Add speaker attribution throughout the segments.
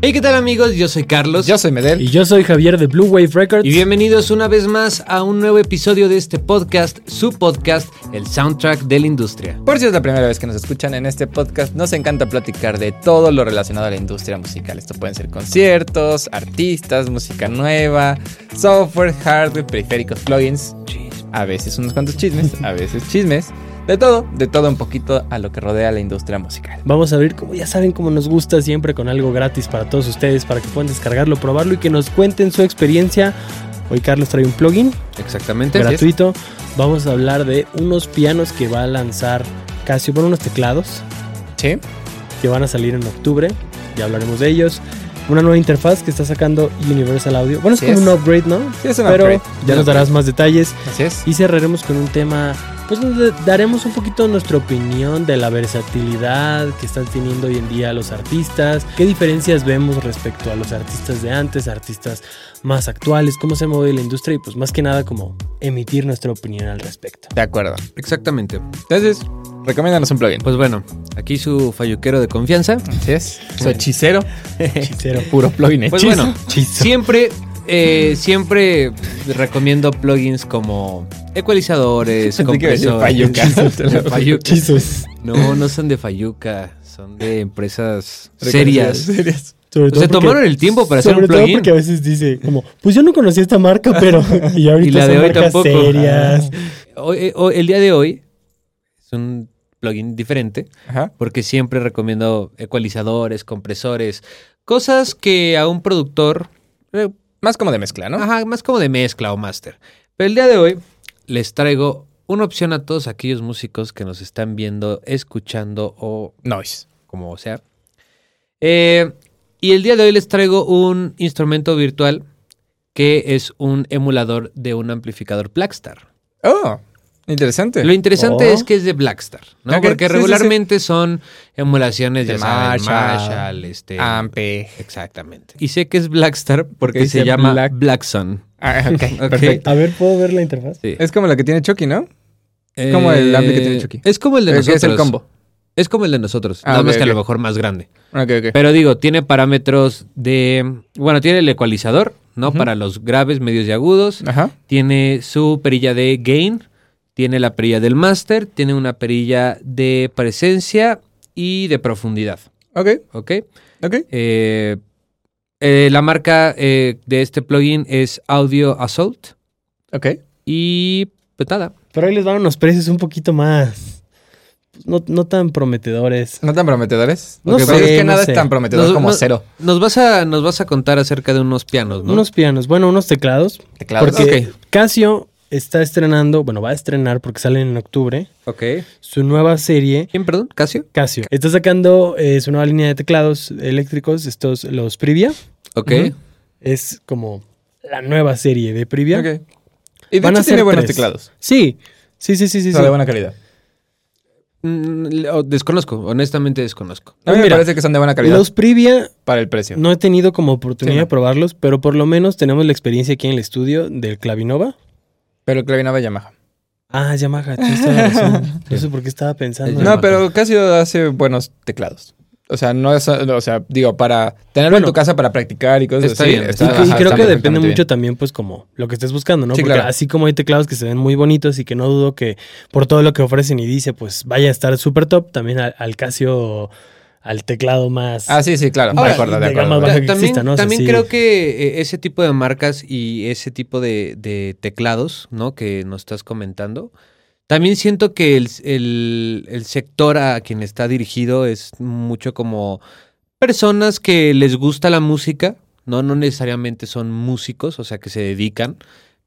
Speaker 1: Hey, ¿qué tal amigos? Yo soy Carlos.
Speaker 2: Yo soy Medel.
Speaker 3: Y yo soy Javier de Blue Wave Records.
Speaker 1: Y bienvenidos una vez más a un nuevo episodio de este podcast, su podcast, el soundtrack de la industria.
Speaker 2: Por si es la primera vez que nos escuchan en este podcast, nos encanta platicar de todo lo relacionado a la industria musical. Esto pueden ser conciertos, artistas, música nueva, software, hardware, periféricos, plugins. A veces unos cuantos chismes, a veces chismes. De todo, de todo un poquito a lo que rodea la industria musical.
Speaker 3: Vamos a abrir, como ya saben, como nos gusta siempre con algo gratis para todos ustedes, para que puedan descargarlo, probarlo y que nos cuenten su experiencia. Hoy Carlos trae un plugin
Speaker 1: Exactamente.
Speaker 3: gratuito. Vamos a hablar de unos pianos que va a lanzar Casio, bueno, unos teclados
Speaker 2: Sí.
Speaker 3: que van a salir en octubre. Ya hablaremos de ellos. Una nueva interfaz que está sacando Universal Audio. Bueno, es
Speaker 2: Así
Speaker 3: como
Speaker 2: es.
Speaker 3: un upgrade, ¿no?
Speaker 2: Sí, es un
Speaker 3: Pero
Speaker 2: upgrade.
Speaker 3: ya nos darás más detalles.
Speaker 2: Así es.
Speaker 3: Y cerraremos con un tema, pues donde daremos un poquito nuestra opinión de la versatilidad que están teniendo hoy en día los artistas, qué diferencias vemos respecto a los artistas de antes, artistas más actuales, cómo se mueve la industria y pues más que nada como emitir nuestra opinión al respecto.
Speaker 2: De acuerdo.
Speaker 1: Exactamente.
Speaker 2: Entonces, recomiéndanos un plugin.
Speaker 1: Pues bueno, aquí su falluquero de confianza.
Speaker 2: Así es. Su hechicero.
Speaker 3: Hechicero.
Speaker 2: Puro plugin
Speaker 1: Pues
Speaker 2: hechizo.
Speaker 1: bueno, siempre, eh, siempre recomiendo plugins como ecualizadores,
Speaker 2: Pensé que iba a decir
Speaker 1: compresores.
Speaker 2: falluca. Te lo-
Speaker 1: Falluca.
Speaker 3: Hechizos.
Speaker 1: No, no son de Fayuca, son de empresas serias.
Speaker 2: Recomendaciones Serias.
Speaker 3: Sobre
Speaker 1: Se tomaron el tiempo para hacer
Speaker 3: sobre
Speaker 1: un
Speaker 3: todo
Speaker 1: plugin.
Speaker 3: porque a veces dice como, pues yo no conocía esta marca, pero y ahorita
Speaker 1: Y la
Speaker 3: son
Speaker 1: de hoy
Speaker 3: marcas
Speaker 1: tampoco.
Speaker 3: serias.
Speaker 1: Hoy- eh, hoy- el día de hoy es un plugin diferente
Speaker 2: Ajá.
Speaker 1: porque siempre recomiendo ecualizadores, compresores, cosas que a un productor, eh,
Speaker 2: Más como de mezcla, ¿no?
Speaker 1: ajá, más como de mezcla o máster. Pero el día de hoy les traigo una opción a todos aquellos músicos que nos están viendo, escuchando o
Speaker 2: Noise.
Speaker 1: como sea. Eh, y el día de hoy les traigo un instrumento virtual que es un emulador de un amplificador Blackstar.
Speaker 2: Oh, interesante.
Speaker 1: Lo interesante
Speaker 3: Oh.
Speaker 1: es que es de Blackstar, ¿no?
Speaker 2: Ok,
Speaker 1: Porque
Speaker 2: sí, sí,
Speaker 1: regularmente son emulaciones
Speaker 2: De
Speaker 1: de Marshall,
Speaker 2: Marshall,
Speaker 1: Marshall, este,
Speaker 2: Ampe.
Speaker 1: exactamente. Y sé que es Blackstar porque
Speaker 2: Porque
Speaker 1: se
Speaker 2: Ah, dice
Speaker 1: llama
Speaker 2: Black-
Speaker 1: Blackson.
Speaker 2: Ah, ok,
Speaker 1: Ok.
Speaker 2: perfecto.
Speaker 3: A ver, ¿puedo ver la interfaz?
Speaker 1: Sí. Eh,
Speaker 2: Es como la que tiene Chucky, ¿no? como el ampli que tiene Chucky.
Speaker 1: Es como el de
Speaker 2: Eh, que
Speaker 1: nosotros.
Speaker 2: es el combo.
Speaker 1: Es como el de nosotros,
Speaker 2: Ah,
Speaker 1: nada
Speaker 2: ok,
Speaker 1: más que a
Speaker 2: ok.
Speaker 1: lo mejor más grande.
Speaker 2: Ok, ok.
Speaker 1: Pero digo, tiene parámetros de. Bueno, tiene el ecualizador, ¿no?
Speaker 2: Ujú.
Speaker 1: Para los graves, medios y agudos.
Speaker 2: Ajá.
Speaker 1: Tiene su perilla de gain. Tiene la perilla del master. Tiene una perilla de presencia y de profundidad.
Speaker 2: Ok,
Speaker 1: ¿Ok?
Speaker 2: ok.
Speaker 1: Eh, eh, la marca eh, de este plugin es Audio Assault.
Speaker 2: Ok.
Speaker 1: Y. Pues nada.
Speaker 3: Pero ahí les van unos precios un poquito más. pues, No, no tan prometedores.
Speaker 2: ¿No tan prometedores?
Speaker 3: No
Speaker 2: Lo que
Speaker 3: sé,
Speaker 2: pasa es que
Speaker 3: no
Speaker 2: nada
Speaker 3: sé.
Speaker 2: es tan prometedor
Speaker 1: Nos-
Speaker 2: como
Speaker 1: nos-
Speaker 2: cero.
Speaker 1: Nos vas, a, nos vas a contar acerca de unos pianos, ¿no?
Speaker 3: Unos pianos, bueno, unos teclados.
Speaker 2: Teclados.
Speaker 3: Porque Casio está estrenando, bueno, va a estrenar porque salen en octubre,
Speaker 1: Ok.
Speaker 3: su nueva serie
Speaker 1: ¿Quién, perdón? ¿Casio?
Speaker 3: Casio. Está sacando eh, su nueva línea de teclados eléctricos, estos, los Privia.
Speaker 1: Ok.
Speaker 2: Ujú.
Speaker 3: Es como la nueva serie de Privia.
Speaker 2: Ok. Y de
Speaker 3: Van a
Speaker 2: hecho
Speaker 3: ser
Speaker 2: tiene buenos
Speaker 3: tres.
Speaker 2: teclados.
Speaker 3: Sí, sí, sí, sí, sí.
Speaker 2: O sea,
Speaker 3: sí.
Speaker 2: de buena calidad.
Speaker 1: Mm, le- o- desconozco, honestamente desconozco.
Speaker 2: A mí me
Speaker 3: Pues Mira,
Speaker 2: parece que son de buena calidad
Speaker 3: Los Privia
Speaker 2: para el precio.
Speaker 3: No he tenido como oportunidad
Speaker 2: Sí, ¿no?
Speaker 3: de probarlos, pero por lo menos tenemos la experiencia aquí en el estudio del Clavinova.
Speaker 2: Pero el clavinaba Yamaha.
Speaker 3: Ah, Yamaha, tienes toda la razón. No sé por qué estaba pensando.
Speaker 1: Yamaha.
Speaker 2: No, pero Casio hace buenos teclados. O sea, no es, o sea, digo, para tenerlo en
Speaker 3: Bueno.
Speaker 2: tu casa para practicar y cosas
Speaker 1: Está
Speaker 2: así.
Speaker 1: bien,
Speaker 3: Y,
Speaker 1: está-
Speaker 3: y
Speaker 1: Ajá,
Speaker 3: creo que
Speaker 2: perfectamente
Speaker 3: depende
Speaker 2: bien.
Speaker 3: mucho también, pues, como lo que estés buscando, ¿no?
Speaker 2: Sí,
Speaker 3: Porque
Speaker 2: claro.
Speaker 3: así como hay teclados que se ven muy bonitos y que no dudo que por todo lo que ofrecen y dice, pues vaya a estar súper top, también al, al Casio, al teclado más.
Speaker 2: Ah, sí, sí, claro.
Speaker 3: Ahora,
Speaker 2: de acuerdo, de
Speaker 3: de
Speaker 2: acuerdo.
Speaker 3: gama baja.
Speaker 1: Ta-
Speaker 3: que
Speaker 1: también
Speaker 3: exista, ¿no? O sea,
Speaker 1: también
Speaker 3: sí.
Speaker 1: creo que eh, ese tipo de marcas y ese tipo de, de teclados, ¿no? Que nos estás comentando. También siento que el, el- el sector a quien está dirigido es mucho como personas que les gusta la música, ¿no? No necesariamente son músicos, o sea, que se dedican,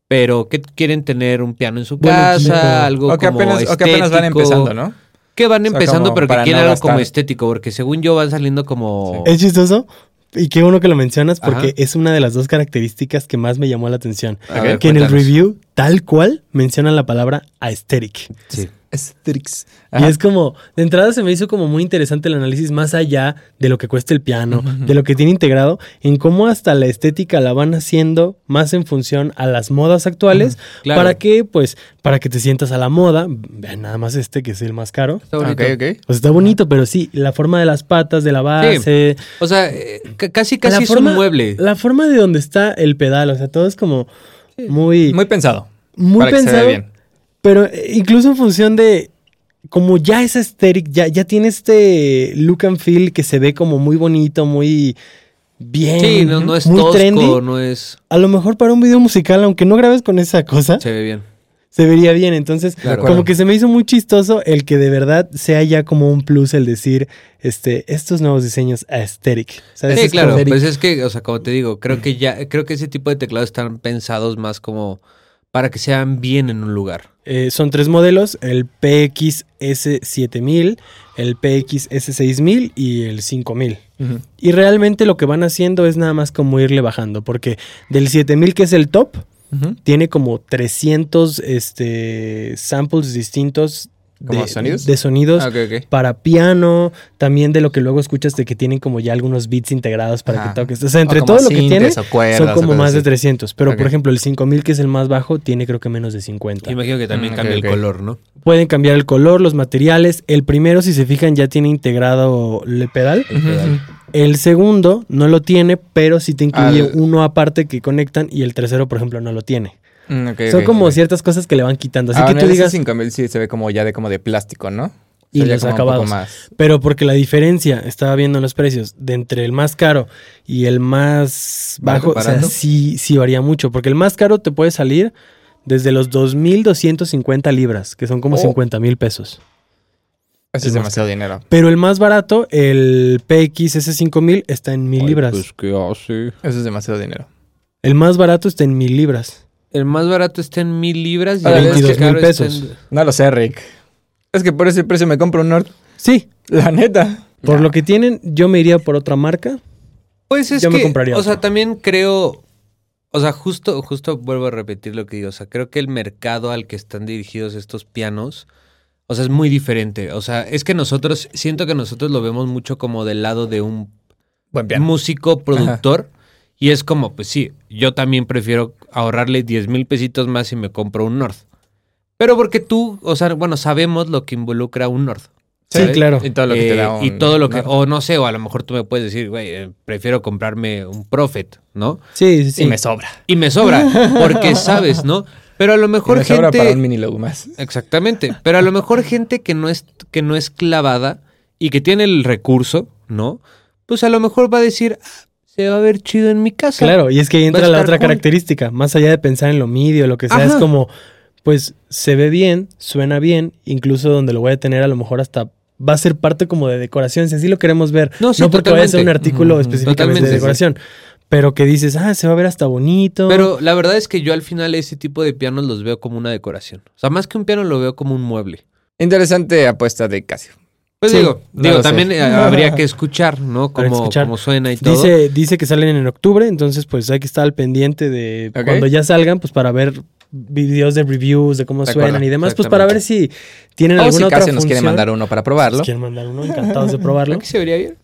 Speaker 1: pero que quieren tener un piano en su
Speaker 3: Bueno,
Speaker 1: casa,
Speaker 3: sí, pero-
Speaker 1: algo
Speaker 2: O que,
Speaker 1: como
Speaker 2: apenas, o que apenas van
Speaker 1: estético.
Speaker 2: empezando, ¿no?
Speaker 1: Que van
Speaker 2: O sea,
Speaker 1: empezando,
Speaker 2: como
Speaker 1: pero que
Speaker 2: para
Speaker 1: quieren
Speaker 2: no
Speaker 1: algo como
Speaker 2: gastar.
Speaker 1: estético, porque según yo van saliendo como...
Speaker 3: Es chistoso. Y qué bueno que lo mencionas porque
Speaker 1: Ajá.
Speaker 3: es una de las dos características que más me llamó la atención.
Speaker 1: A
Speaker 2: Ok.
Speaker 1: ver,
Speaker 3: Que en el
Speaker 1: cuéntanos.
Speaker 3: review, tal cual, mencionan la palabra aesthetic.
Speaker 1: Sí.
Speaker 2: Asterix.
Speaker 3: Y es como, de entrada se me hizo como muy interesante el análisis más allá de lo que cuesta el piano, de lo que tiene integrado, en cómo hasta la estética la van haciendo más en función a las modas actuales,
Speaker 1: claro.
Speaker 3: para que, pues, para que te sientas a la moda, vean nada más este que es el más caro.
Speaker 1: Está bonito.
Speaker 2: Ok, ok.
Speaker 3: O sea, está bonito, pero sí, la forma de las patas, de la base,
Speaker 1: O sea, eh, ca- casi casi
Speaker 3: la
Speaker 1: es
Speaker 3: forma-
Speaker 1: un mueble.
Speaker 3: La forma de donde está el pedal, o sea, todo es como muy,
Speaker 2: Muy
Speaker 3: muy,
Speaker 2: pensado. para que se
Speaker 3: pensado.
Speaker 2: vea bien.
Speaker 3: Pero eh, incluso en función de. Como ya es aesthetic, ya, ya tiene este look and feel que se ve como muy bonito, muy bien.
Speaker 1: Sí, no, no es
Speaker 3: muy
Speaker 1: tosco,
Speaker 3: trendy.
Speaker 1: no es.
Speaker 3: A lo mejor para un video musical, aunque no grabes con esa cosa,
Speaker 1: Se ve bien.
Speaker 3: se vería bien. Entonces,
Speaker 1: Claro.
Speaker 3: como que se me hizo muy chistoso el que de verdad sea ya como un plus el decir este, estos nuevos diseños aesthetic. O sea,
Speaker 1: Sí,
Speaker 3: ese es
Speaker 1: claro,
Speaker 3: como-
Speaker 1: pues es que, o sea, como te digo, creo que ya, creo que ese tipo de teclados están pensados más como para que sean bien en un lugar.
Speaker 3: Eh, son tres modelos, el PXS7000, el PXS6000 y el 5000.
Speaker 2: Ujú.
Speaker 3: Y realmente lo que van haciendo es nada más como irle bajando, porque del 7000 que es el top,
Speaker 2: Ujú.
Speaker 3: tiene como 300 este, samples distintos
Speaker 2: ¿Como
Speaker 3: de
Speaker 2: sonidos?
Speaker 3: de sonidos
Speaker 2: Ah, ok, ok.
Speaker 3: para piano, también de lo que luego escuchas de que tienen como ya algunos beats integrados para
Speaker 2: Ajá.
Speaker 3: que toques. O sea,
Speaker 2: O
Speaker 3: entre
Speaker 2: como
Speaker 3: todo lo que tiene,
Speaker 2: sintes o cuerdas
Speaker 3: son
Speaker 2: o
Speaker 3: como
Speaker 2: cosas
Speaker 3: más de
Speaker 2: así.
Speaker 3: 300, pero
Speaker 2: Ok.
Speaker 3: por ejemplo el 5000 que es el más bajo tiene creo que menos de 50.
Speaker 1: Imagino que también
Speaker 2: Mm, ok,
Speaker 1: cambia
Speaker 2: ok.
Speaker 1: el color, ¿no?
Speaker 3: Pueden cambiar el color, los materiales. El primero, si se fijan, ya tiene integrado el pedal.
Speaker 1: El pedal.
Speaker 3: El segundo no lo tiene, pero sí te incluye
Speaker 2: Al-
Speaker 3: uno aparte que conectan y el tercero, por ejemplo, no lo tiene.
Speaker 2: Mm, ok,
Speaker 3: Son
Speaker 2: ok,
Speaker 3: como
Speaker 2: ok.
Speaker 3: ciertas cosas que le van quitando. Así
Speaker 2: Ah,
Speaker 3: que
Speaker 2: en
Speaker 3: tú
Speaker 2: el
Speaker 3: digas,
Speaker 2: 5000 sí se ve como ya de como de plástico, ¿no?
Speaker 3: Y
Speaker 2: Se veía
Speaker 3: los
Speaker 2: como un poco
Speaker 3: acabados.
Speaker 2: más.
Speaker 3: pero porque la diferencia, estaba viendo los precios, de entre el más caro y el más
Speaker 1: ¿Van
Speaker 3: bajo, o sea,
Speaker 1: comparando?
Speaker 3: sí, sí varía mucho. Porque el más caro te puede salir desde los 2.250 libras, que son como
Speaker 2: Oh.
Speaker 3: 50 mil pesos.
Speaker 2: Eso es
Speaker 3: más
Speaker 2: demasiado dinero.
Speaker 3: Pero el más barato, el PXS5000, está en mil libras.
Speaker 1: Ay, pues, ¿qué hace?
Speaker 2: Eso es demasiado dinero.
Speaker 3: El más barato está en mil libras.
Speaker 1: El más barato está en mil libras y
Speaker 2: Ahora,
Speaker 1: el más
Speaker 3: 22,000
Speaker 1: caro está
Speaker 3: Ah, pesos.
Speaker 1: en-
Speaker 2: No lo sé, Rick. Es que por ese precio me compro un Nord.
Speaker 3: Sí,
Speaker 2: La neta.
Speaker 3: por lo que tienen, yo me iría por otra marca.
Speaker 1: Pues es
Speaker 3: Yo me
Speaker 1: que,
Speaker 3: compraría
Speaker 1: o sea,
Speaker 3: otro.
Speaker 1: también creo, o sea, justo, justo vuelvo a repetir lo que digo, o sea, creo que el mercado al que están dirigidos estos pianos, o sea, es muy diferente, o sea, es que nosotros, siento que nosotros lo vemos mucho como del lado de un
Speaker 2: Buen piano.
Speaker 1: músico productor y es como, pues sí, yo también prefiero ahorrarle 10 mil pesitos más si me compro un North. Pero porque tú, o sea, bueno, sabemos lo que involucra un North.
Speaker 3: Sí,
Speaker 1: ¿sabes?
Speaker 3: claro.
Speaker 2: Y todo lo que te
Speaker 1: Eh,
Speaker 2: da un
Speaker 1: y todo lo que,
Speaker 2: Nord.
Speaker 1: o no sé, o a lo mejor tú me puedes decir, güey, eh, prefiero comprarme un Prophet, ¿no?
Speaker 3: Sí, sí, sí.
Speaker 2: Y me sobra.
Speaker 1: Y me sobra, porque sabes, ¿no? Pero a lo mejor
Speaker 2: me sobra
Speaker 1: gente...
Speaker 2: para un mini logo más.
Speaker 1: Exactamente. Pero a lo mejor gente que no es, que no es clavada y que tiene el recurso, ¿no? Pues a lo mejor va a decir, "Ah, se va a ver chido en mi casa.
Speaker 3: Claro, y es que ahí
Speaker 1: Va
Speaker 3: entra
Speaker 1: a
Speaker 3: la
Speaker 1: estar
Speaker 3: otra
Speaker 1: cool.
Speaker 3: característica. Más allá de pensar en lo medio, lo que sea, es
Speaker 1: Ajá.
Speaker 3: como, pues se ve bien, suena bien, incluso donde lo voy a tener, a lo mejor hasta va a ser parte como de decoración, si así lo queremos ver.
Speaker 1: No, sí,
Speaker 3: porque vaya a ser un
Speaker 1: totalmente.
Speaker 3: artículo
Speaker 2: Ujú,
Speaker 3: específicamente
Speaker 1: totalmente,
Speaker 3: de
Speaker 1: sí.
Speaker 3: decoración. Pero que dices, ah, se va a ver hasta bonito.
Speaker 1: Pero la verdad es que yo al final ese tipo de pianos los veo como una decoración. O sea, más que un piano lo veo como un mueble.
Speaker 2: Interesante apuesta de Casio.
Speaker 1: Pues
Speaker 3: Sí,
Speaker 1: digo,
Speaker 2: no
Speaker 1: digo,
Speaker 2: lo sé.
Speaker 1: también eh, habría que escuchar, ¿no?
Speaker 3: Habría que
Speaker 1: Cómo,
Speaker 3: escuchar.
Speaker 1: cómo suena y todo.
Speaker 3: Dice, dice que salen en octubre, entonces pues hay que estar al pendiente de
Speaker 2: Ok.
Speaker 3: cuando ya salgan, pues para ver videos de reviews, de cómo
Speaker 2: De
Speaker 3: suenan
Speaker 2: acuerdo,
Speaker 3: y demás, pues para ver si tienen
Speaker 2: O
Speaker 3: alguna
Speaker 2: si
Speaker 3: otra
Speaker 2: Casio nos quiere
Speaker 3: función.
Speaker 2: mandar uno para
Speaker 3: Si
Speaker 2: probarlo.
Speaker 3: nos quieren mandar uno, encantados de probarlo.
Speaker 1: Creo que se vería bien.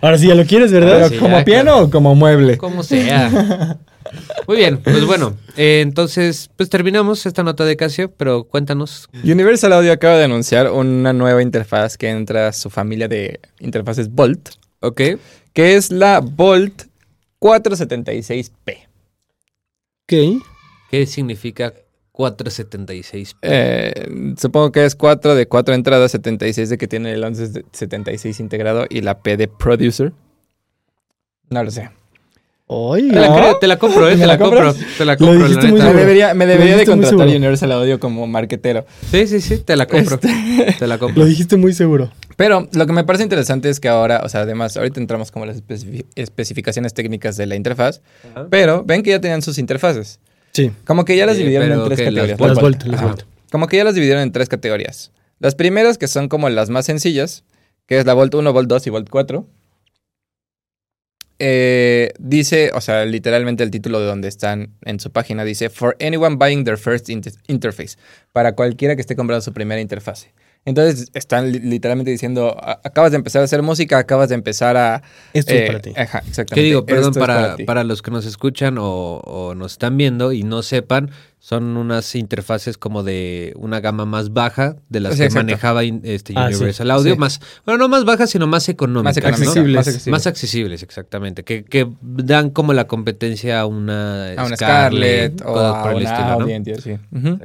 Speaker 3: Ahora sí ya lo quieres, ¿verdad?
Speaker 1: Ahora sí, ya, claro.
Speaker 2: o como mueble?
Speaker 1: Pues Como sea. Muy bien, pues bueno, eh, entonces, pues terminamos esta nota de Casio, pero cuéntanos
Speaker 2: Universal Audio acaba de anunciar una nueva interfaz que entra a su familia de interfaces Volt,
Speaker 1: Ok.
Speaker 2: que es la Volt 476P.
Speaker 3: Ok.
Speaker 1: ¿Qué significa 476?
Speaker 2: Eh, supongo que es 4 de 4 entradas, 76 de que tiene el 11 de 76 integrado y la P de producer. No lo sé.
Speaker 1: Te la, creo, te la compro, eh,
Speaker 2: ¿Me
Speaker 1: te
Speaker 2: la
Speaker 1: la compro.
Speaker 2: compras?
Speaker 1: Te la
Speaker 3: Lo
Speaker 1: compro, la
Speaker 3: dijiste muy
Speaker 1: neta.
Speaker 2: Me
Speaker 3: seguro.
Speaker 2: debería, me
Speaker 3: Lo
Speaker 2: debería de
Speaker 3: dijiste muy
Speaker 2: contratar
Speaker 3: seguro.
Speaker 2: Universal Audio como marquetero.
Speaker 1: Sí, sí, sí, te la compro.
Speaker 2: Este,
Speaker 1: Te la compro.
Speaker 3: Lo dijiste muy seguro.
Speaker 2: Pero lo que me parece interesante es que ahora, o sea, además, ahorita entramos como a las especifi- especificaciones técnicas de la interfaz,
Speaker 1: Ajá.
Speaker 2: pero ven que ya tenían sus interfaces.
Speaker 3: Sí.
Speaker 2: Como que ya las
Speaker 1: Sí,
Speaker 2: dividieron
Speaker 1: pero
Speaker 2: en tres
Speaker 1: que las
Speaker 2: categorías.
Speaker 1: Volt,
Speaker 3: Las Volt, las
Speaker 2: Ajá.
Speaker 3: Volt.
Speaker 2: Como que ya las dividieron en tres categorías. Las primeras, que son como las más sencillas, que es la Volt 1, Volt 2 y Volt 4. eh, dice, o sea, literalmente el título de donde están en su página dice, For anyone buying their first inter- interface, para cualquiera que esté comprando su primera interfase. Entonces están li- literalmente diciendo, "A- acabas de empezar a hacer música, acabas de empezar a...
Speaker 3: Esto
Speaker 2: eh,
Speaker 3: es para ti.
Speaker 2: Ajá, exactamente.
Speaker 1: ¿Qué digo?
Speaker 2: Esto
Speaker 1: Perdón,
Speaker 2: es
Speaker 1: para,
Speaker 2: ti.
Speaker 1: para los que nos escuchan o, o nos están viendo y no sepan, son unas interfaces como de una gama más baja de las
Speaker 2: Sí,
Speaker 1: que
Speaker 2: exacto.
Speaker 1: manejaba in- este
Speaker 3: Ah, sí,
Speaker 1: Universal Audio.
Speaker 2: sí.
Speaker 1: Más, bueno, no más baja, sino más económicas.
Speaker 2: más
Speaker 1: ¿no?
Speaker 2: económica,
Speaker 3: accesibles.
Speaker 2: Más accesible.
Speaker 1: Más accesibles, exactamente. Que, que dan como la competencia a una,
Speaker 2: a una eh, Scarlett, o
Speaker 1: cosas por
Speaker 2: a
Speaker 1: el
Speaker 2: una
Speaker 1: estilo, ¿no?
Speaker 2: Audient, sí. Ujú.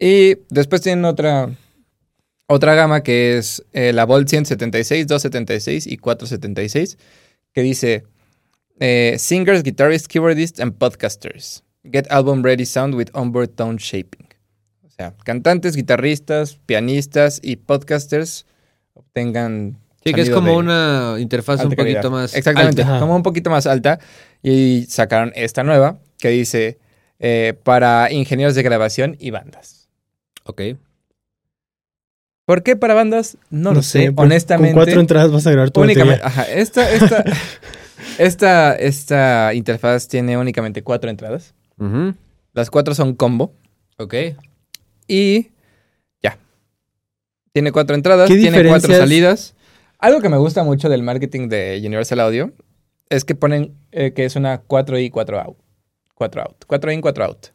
Speaker 2: Y después tienen otra otra gama que es eh, la Volt 176, 276 y 476, que dice eh, Singers, Guitarists, Keyboardists and Podcasters. Get Album Ready Sound with Onboard Tone Shaping. O sea, cantantes, guitarristas, pianistas y podcasters obtengan...
Speaker 1: Sí, que es
Speaker 2: sonido
Speaker 1: como
Speaker 2: de-
Speaker 1: una interfaz
Speaker 2: Alta
Speaker 1: un poquito
Speaker 2: calidad.
Speaker 1: más.
Speaker 2: Exactamente,
Speaker 3: alta. Ajá.
Speaker 2: como un poquito más alta. Y sacaron esta nueva que dice eh, para ingenieros de grabación y bandas.
Speaker 1: alta. Ok.
Speaker 2: ¿Por qué para bandas? No, lo sé,
Speaker 3: por-
Speaker 2: honestamente.
Speaker 3: Con cuatro entradas vas a grabar tu
Speaker 2: únicamente,
Speaker 3: únicamente.
Speaker 2: ajá, esta, esta, esta, esta interfaz tiene únicamente cuatro entradas.
Speaker 1: Ujú.
Speaker 2: Las cuatro son combo
Speaker 1: Ok.
Speaker 2: y ya. Tiene cuatro entradas,
Speaker 3: ¿Qué
Speaker 2: tiene cuatro
Speaker 3: diferencias?
Speaker 2: salidas. Algo que me gusta mucho del marketing de Universal Audio es que ponen eh, que es una 4 i 4 out. 4 out. 4 in, 4 out.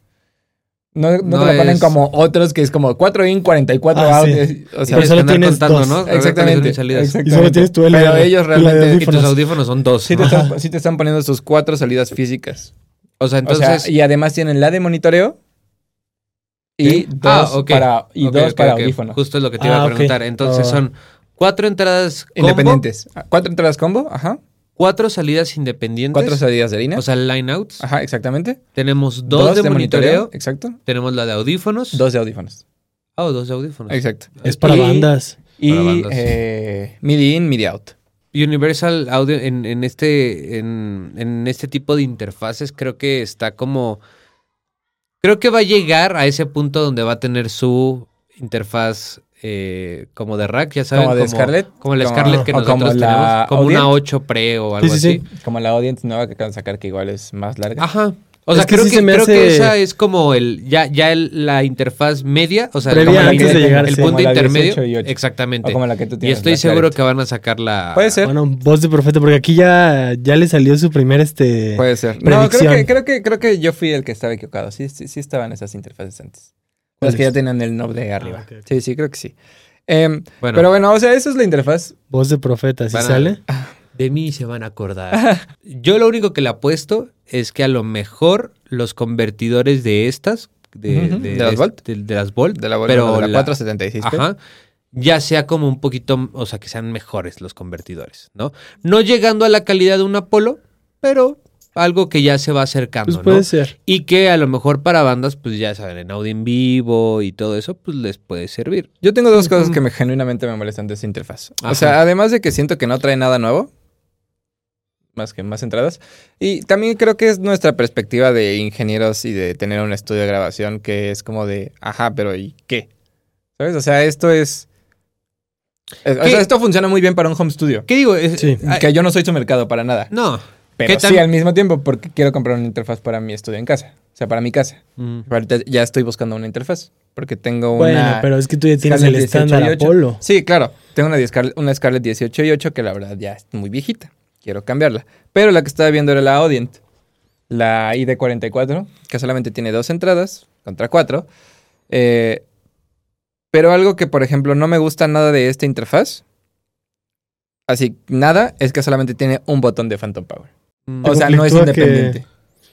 Speaker 2: No, no,
Speaker 1: No
Speaker 2: te lo ponen
Speaker 1: es-
Speaker 2: como otros que es como 4 in, 44
Speaker 3: Ah,
Speaker 2: out.
Speaker 3: sí.
Speaker 2: es- o sea,
Speaker 3: Pero solo
Speaker 1: andar
Speaker 3: tienes dos.
Speaker 1: ¿no? A ver cuáles son
Speaker 2: exactamente,
Speaker 1: mis salidas.
Speaker 3: Y solo
Speaker 2: exactamente.
Speaker 3: tienes tu
Speaker 2: Pero
Speaker 3: LR,
Speaker 2: ellos
Speaker 3: la de
Speaker 2: realmente-
Speaker 1: Y tus
Speaker 3: audífonos.
Speaker 1: audífonos son dos.
Speaker 2: Sí te,
Speaker 1: ¿no?
Speaker 2: están, sí te están poniendo sus cuatro salidas físicas.
Speaker 1: O sea,
Speaker 2: O
Speaker 1: entonces.
Speaker 2: sea, y además tienen la de monitoreo y
Speaker 1: ¿Sí?
Speaker 2: dos
Speaker 1: Ah, ok.
Speaker 2: para, y
Speaker 1: Ok,
Speaker 2: dos
Speaker 1: ok,
Speaker 2: para
Speaker 1: ok.
Speaker 2: audífono.
Speaker 1: Justo es lo que te
Speaker 3: Ah,
Speaker 1: iba a
Speaker 3: ok.
Speaker 1: preguntar. Entonces
Speaker 3: Ah.
Speaker 1: son cuatro entradas combo,
Speaker 2: Oh. Independientes. Ah, Cuatro entradas combo, ajá.
Speaker 1: cuatro salidas independientes.
Speaker 2: Cuatro salidas Ah. de línea.
Speaker 1: o sea, line outs.
Speaker 2: ajá, exactamente.
Speaker 1: Tenemos dos, de, monitoreo.
Speaker 2: Exacto.
Speaker 1: Tenemos la de audífonos.
Speaker 2: Dos de audífonos.
Speaker 1: Ah, o dos de audífonos.
Speaker 2: Exacto.
Speaker 3: Es para
Speaker 2: ah, Y-
Speaker 3: bandas.
Speaker 1: Para
Speaker 2: Y
Speaker 1: bandas.
Speaker 2: eh, MIDI in, MIDI out.
Speaker 1: Universal Audio en, en este en, en este tipo de interfaces creo que está como creo que va a llegar a ese punto donde va a tener su interfaz eh, como de rack, ya saben,
Speaker 2: Como de Scarlett.
Speaker 1: como la
Speaker 2: Como-
Speaker 1: Scarlett que
Speaker 2: o como
Speaker 1: nosotros
Speaker 2: la
Speaker 1: tenemos, como
Speaker 2: Audient.
Speaker 1: una 8 Pre o algo
Speaker 3: Sí, sí, sí.
Speaker 1: así.
Speaker 2: Como la audience nueva que acaban de sacar, que igual es más larga.
Speaker 1: Ajá. O
Speaker 3: Es
Speaker 1: sea,
Speaker 3: que
Speaker 1: creo,
Speaker 3: sí
Speaker 1: que,
Speaker 3: se me
Speaker 1: creo que
Speaker 3: hace-
Speaker 1: esa es como el ya ya el- la interfaz media, o sea,
Speaker 3: Previa
Speaker 1: como la
Speaker 3: antes de
Speaker 1: media,
Speaker 3: llegar,
Speaker 1: el
Speaker 3: sí.
Speaker 1: punto
Speaker 2: Como la
Speaker 1: intermedio,
Speaker 2: 18 y 8.
Speaker 1: exactamente.
Speaker 2: o como la que tú
Speaker 1: Y
Speaker 2: tienes.
Speaker 1: estoy
Speaker 2: la
Speaker 1: seguro
Speaker 2: Claret.
Speaker 1: que van a sacar la
Speaker 2: Puede ser.
Speaker 3: Bueno, voz de profeta, porque aquí ya, ya le salió su primer este.
Speaker 2: Puede ser. No, creo
Speaker 3: Predicción.
Speaker 2: que, creo, que, creo que yo fui el que estaba equivocado. Sí, sí, sí estaban esas interfaces antes. Las
Speaker 3: ¿Cuáles?
Speaker 2: que ya tenían el knob de arriba.
Speaker 3: Pues Ah, ok, ok.
Speaker 2: Sí, sí, creo que sí. Em,
Speaker 1: Bueno,
Speaker 2: Pero bueno, o sea, esa es la interfaz.
Speaker 3: Voz de profeta, ¿sí
Speaker 1: Van a-
Speaker 3: sale?
Speaker 1: De mí se van a acordar. Yo lo único que le apuesto es que a lo mejor los convertidores de estas, de,
Speaker 2: Ujú. ¿De las
Speaker 1: est-
Speaker 2: Volt?
Speaker 1: de, de las Volt,
Speaker 2: De la,
Speaker 1: pero
Speaker 2: de la
Speaker 1: la-
Speaker 2: 476.
Speaker 1: ajá, ya sea como un poquito, o sea, que sean mejores los convertidores, ¿no? No llegando a la calidad de un Apolo, pero algo que ya se va acercando,
Speaker 3: Pues
Speaker 1: ¿no?
Speaker 3: puede ser.
Speaker 1: Y que a lo mejor para bandas, pues ya saben, en audio en vivo y todo eso, pues les puede servir.
Speaker 2: Yo tengo dos cosas
Speaker 1: Ujú.
Speaker 2: que me genuinamente me molestan de esa interfaz. O
Speaker 1: Ajá.
Speaker 2: sea, además de que siento que no trae nada nuevo, más que más entradas, y también creo que es nuestra perspectiva de ingenieros y de tener un estudio de grabación que es como de, ajá, pero ¿y qué? ¿Sabes? O sea, esto es... es- O
Speaker 1: ¿Qué?
Speaker 2: sea, esto funciona muy bien para un home studio.
Speaker 1: ¿Qué digo? Es-
Speaker 3: Sí.
Speaker 1: ah,
Speaker 2: Que yo no soy su mercado para nada.
Speaker 1: no.
Speaker 2: Pero
Speaker 1: ¿qué
Speaker 2: sí
Speaker 1: tan-
Speaker 2: al mismo tiempo porque quiero comprar una interfaz para mi estudio en casa. O sea, para mi casa.
Speaker 1: Mm.
Speaker 2: Ahorita ya estoy buscando una interfaz porque tengo una...
Speaker 3: Bueno, pero es que tú ya tienes el
Speaker 2: Scarlett 18
Speaker 3: estándar
Speaker 2: y 8.
Speaker 3: Apolo.
Speaker 2: Sí, claro. Tengo una, 10 Scar- una Scarlett 18 y 8 que la verdad ya es muy viejita. Quiero cambiarla. Pero la que estaba viendo era la Audient. La ID44, que solamente tiene dos entradas contra cuatro. Eh, pero algo que, por ejemplo, no me gusta nada de esta interfaz. Así, nada, es que solamente tiene un botón de Phantom Power.
Speaker 1: Mm.
Speaker 2: O sea, no es
Speaker 3: conflictúa que-
Speaker 2: independiente.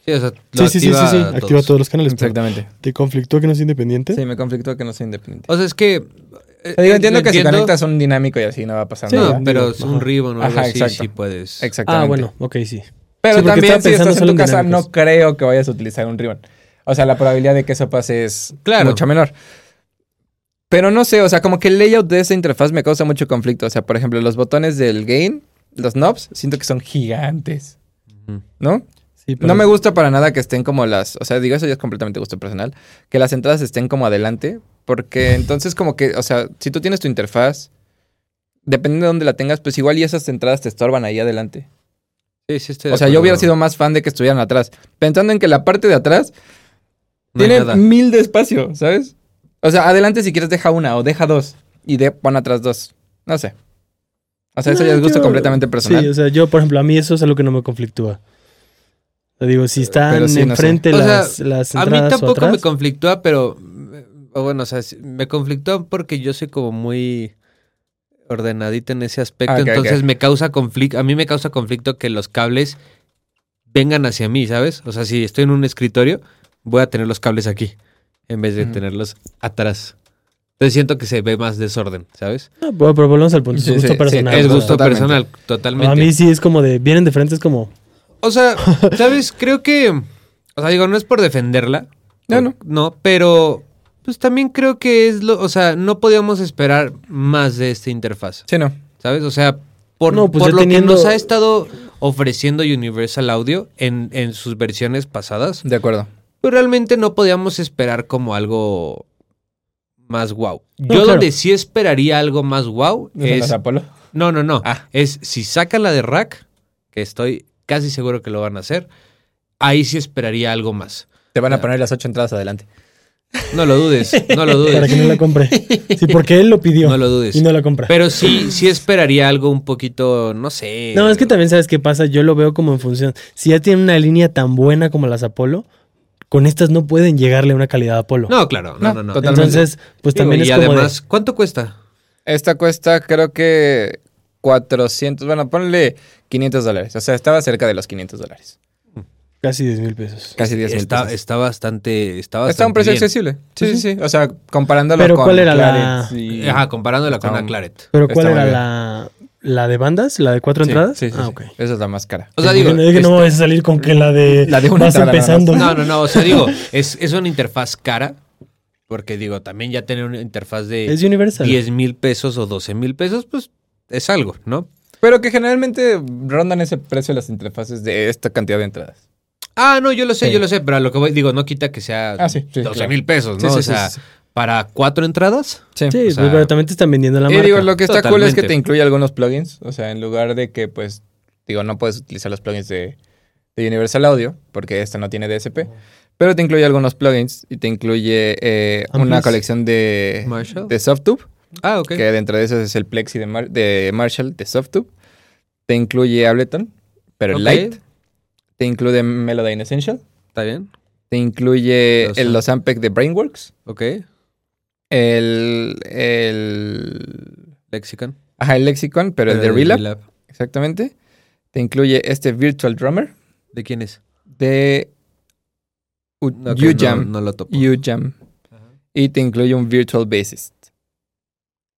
Speaker 1: Sí, o sea,
Speaker 3: Sí,
Speaker 1: lo
Speaker 3: sí, sí, sí, sí.
Speaker 1: a
Speaker 3: Activa todos los canales. pero
Speaker 2: Exactamente.
Speaker 3: ¿Te conflictó que no es independiente?
Speaker 2: Sí, me conflictó que no sea independiente.
Speaker 1: O sea, es que. eh,
Speaker 2: Yo entiendo
Speaker 1: eh,
Speaker 2: que si conectas un dinámico y así no Ah, va a pasar
Speaker 3: Sí,
Speaker 2: nada.
Speaker 1: No, pero
Speaker 3: digo,
Speaker 1: es un
Speaker 3: ajá.
Speaker 1: ribbon o algo
Speaker 2: Ajá,
Speaker 1: así,
Speaker 2: exacto.
Speaker 1: sí puedes.
Speaker 2: Exactamente.
Speaker 3: Ah, bueno, ok, sí.
Speaker 2: Pero
Speaker 3: Sí, porque
Speaker 2: también si
Speaker 3: estaba
Speaker 2: estás
Speaker 3: pensando
Speaker 2: en
Speaker 3: solo
Speaker 2: tu
Speaker 3: en
Speaker 2: casa,
Speaker 3: dinámicos.
Speaker 2: no creo que vayas a utilizar un ribbon. O sea, la probabilidad de que eso pase es
Speaker 1: Claro.
Speaker 2: mucho menor. Pero no sé, o sea, como que el layout de esa interfaz me causa mucho conflicto. O sea, por ejemplo, los botones del gain, los knobs, siento que son gigantes,
Speaker 1: Ujú.
Speaker 2: ¿no?
Speaker 3: sí
Speaker 2: No me gusta para nada que estén como las, o sea, digo, eso ya es completamente gusto personal, que las entradas estén como adelante, porque entonces como que, o sea, si tú tienes tu interfaz, dependiendo de dónde la tengas, pues igual y esas entradas te estorban ahí adelante.
Speaker 1: Sí, sí, estoy de
Speaker 2: O sea, yo
Speaker 1: acuerdo.
Speaker 2: hubiera sido más fan de que estuvieran atrás. Pensando en que la parte de atrás
Speaker 1: No hay
Speaker 2: tiene
Speaker 1: nada.
Speaker 2: mil de espacio, ¿sabes? O sea, adelante si quieres deja una o deja dos y de, pon atrás dos. No sé. O sea, eso
Speaker 3: No,
Speaker 2: ya es gusto
Speaker 3: yo-
Speaker 2: completamente personal.
Speaker 3: Sí, o sea, yo, por ejemplo, a mí eso es algo que no me conflictúa. O sea, digo, si están
Speaker 2: Eh, pero sí, no
Speaker 3: enfrente
Speaker 1: sé. O
Speaker 3: las,
Speaker 1: sea,
Speaker 3: las
Speaker 1: A mí
Speaker 3: entradas o
Speaker 1: tampoco me
Speaker 3: atrás.
Speaker 1: conflictúa, pero. mm, o bueno, o sea, sí, me conflictúa porque yo soy como muy ordenadita en ese aspecto.
Speaker 2: Ah, ok,
Speaker 1: entonces
Speaker 2: ok.
Speaker 1: me causa conflicto. A mí me causa conflicto que los cables vengan hacia mí, ¿sabes? O sea, si estoy en un escritorio, voy a tener los cables aquí en vez de
Speaker 2: Ujú.
Speaker 1: tenerlos atrás. Entonces siento que se ve más desorden, ¿sabes?
Speaker 3: No, ah, bueno, pero volvemos al punto. Es
Speaker 2: Sí,
Speaker 3: gusto
Speaker 2: sí, sí,
Speaker 3: personal.
Speaker 2: Claro,
Speaker 1: es
Speaker 3: o sea,
Speaker 1: gusto
Speaker 2: totalmente.
Speaker 1: personal, totalmente.
Speaker 3: A mí sí es como de. Vienen de frente, es como.
Speaker 1: O sea, ¿sabes? Creo que. O sea, digo, no es por defenderla.
Speaker 2: No, no.
Speaker 1: No, pero. Pues también creo que es lo. O sea, no podíamos esperar más de esta interfaz.
Speaker 2: Sí, no.
Speaker 1: ¿Sabes? O sea, por,
Speaker 3: No, pues
Speaker 1: por
Speaker 3: ya
Speaker 1: lo
Speaker 3: teniendo-
Speaker 1: que nos ha estado ofreciendo Universal Audio en, en sus versiones pasadas,
Speaker 2: De acuerdo.
Speaker 1: pues realmente no podíamos esperar como algo más wow. Yo
Speaker 3: claro.
Speaker 1: donde sí esperaría algo más wow es. No, no, no.
Speaker 2: Ah.
Speaker 1: Es si sacan la de Rack, que estoy casi seguro que lo van a hacer, ahí sí esperaría algo más.
Speaker 2: Te van a poner las ocho entradas adelante.
Speaker 1: No lo dudes, no lo
Speaker 3: Para que
Speaker 1: dudes.
Speaker 3: no la compre. Sí, porque él lo pidió.
Speaker 1: No lo dudes.
Speaker 3: Y no la compra.
Speaker 1: Pero sí, sí esperaría algo un poquito, no sé.
Speaker 3: No,
Speaker 2: Eh,
Speaker 3: es que también sabes qué pasa, yo lo veo como en función. Si ya tienen una línea tan buena como las Apolo, con estas no pueden llegarle a una calidad Apolo.
Speaker 1: No, claro, no, no, no.
Speaker 2: totalmente.
Speaker 3: Entonces, pues
Speaker 1: Digo,
Speaker 3: también
Speaker 1: y
Speaker 3: es como de-
Speaker 1: además, ¿cuánto cuesta?
Speaker 2: Esta cuesta creo que 400, bueno, ponle 500 dólares. O sea, estaba cerca de los 500 dólares.
Speaker 3: casi 10 mil pesos.
Speaker 2: Casi 10 mil
Speaker 1: Está,
Speaker 2: pesos.
Speaker 1: está bastante. Está bastante.
Speaker 2: Está a un precio
Speaker 1: bien.
Speaker 2: accesible. Sí, sí, sí. O sea, comparándolo
Speaker 3: Pero,
Speaker 2: con
Speaker 3: ¿cuál era la-
Speaker 2: Clarets y-
Speaker 1: Ajá, comparándola
Speaker 2: Está
Speaker 1: con la
Speaker 2: un-
Speaker 1: Claret.
Speaker 3: Pero
Speaker 2: Está
Speaker 3: ¿cuál
Speaker 2: muy
Speaker 3: era
Speaker 2: bien.
Speaker 3: la, la de bandas? ¿La de cuatro
Speaker 2: Sí,
Speaker 3: entradas?
Speaker 2: Sí, sí,
Speaker 3: ah,
Speaker 2: sí.
Speaker 3: ok.
Speaker 2: Esa es la más cara.
Speaker 1: O sea, digo.
Speaker 3: Bueno, es que no
Speaker 1: este-
Speaker 3: vas a salir con que la de...
Speaker 2: La de una
Speaker 3: Vas
Speaker 2: entrada nada
Speaker 3: empezando.
Speaker 1: No, no, no. O sea, digo, es, es una interfaz cara. Porque digo, también ya tener una interfaz de.
Speaker 3: Es Universal.
Speaker 1: 10 mil pesos o 12 mil pesos, pues es algo, ¿no?
Speaker 2: Pero que generalmente rondan ese precio las interfaces de esta cantidad de entradas.
Speaker 1: Ah, no, yo lo sé,
Speaker 2: Sí.
Speaker 1: yo lo sé, pero a lo que voy, digo, no quita que sea
Speaker 2: Ah, sí, sí,
Speaker 1: 12
Speaker 2: claro.
Speaker 1: mil pesos,
Speaker 2: Sí,
Speaker 1: ¿no?
Speaker 2: sí,
Speaker 1: o
Speaker 2: sí,
Speaker 1: sea,
Speaker 2: sí,
Speaker 1: para cuatro entradas.
Speaker 2: Sí.
Speaker 3: Sí, pues,
Speaker 1: o sea-
Speaker 3: pero también te están vendiendo la
Speaker 2: Y
Speaker 3: marca.
Speaker 2: eh, digo, lo que está cool es que
Speaker 1: Totalmente.
Speaker 2: te incluye algunos plugins. O sea, en lugar de que, pues, digo, no puedes utilizar los plugins de, de Universal Audio, porque esta no tiene DSP. Pero te incluye algunos plugins y te incluye eh, una
Speaker 3: Amplis.
Speaker 2: colección de,
Speaker 1: Marshall.
Speaker 2: de Softube,
Speaker 1: Ah, ok.
Speaker 2: que dentro de esos es el Plexi de, Mar- de Marshall, de Softube. Te incluye Ableton, pero
Speaker 1: Ok,
Speaker 2: Light. Te incluye Melodyne Essential.
Speaker 1: Está bien.
Speaker 2: Te incluye
Speaker 1: Los
Speaker 2: el- los Ampeg de Brainworks.
Speaker 1: Ok.
Speaker 2: El, el,
Speaker 1: Lexicon.
Speaker 2: ajá, el Lexicon, pero el de
Speaker 1: Pero
Speaker 2: Relap.
Speaker 1: Relap.
Speaker 2: Exactamente. Te incluye este Virtual Drummer
Speaker 1: ¿De quién es? de
Speaker 2: de U-
Speaker 1: No, que
Speaker 2: UJam.
Speaker 1: No, no lo topo.
Speaker 2: UJam.
Speaker 1: Ajá.
Speaker 2: Y te incluye un Virtual Bassist.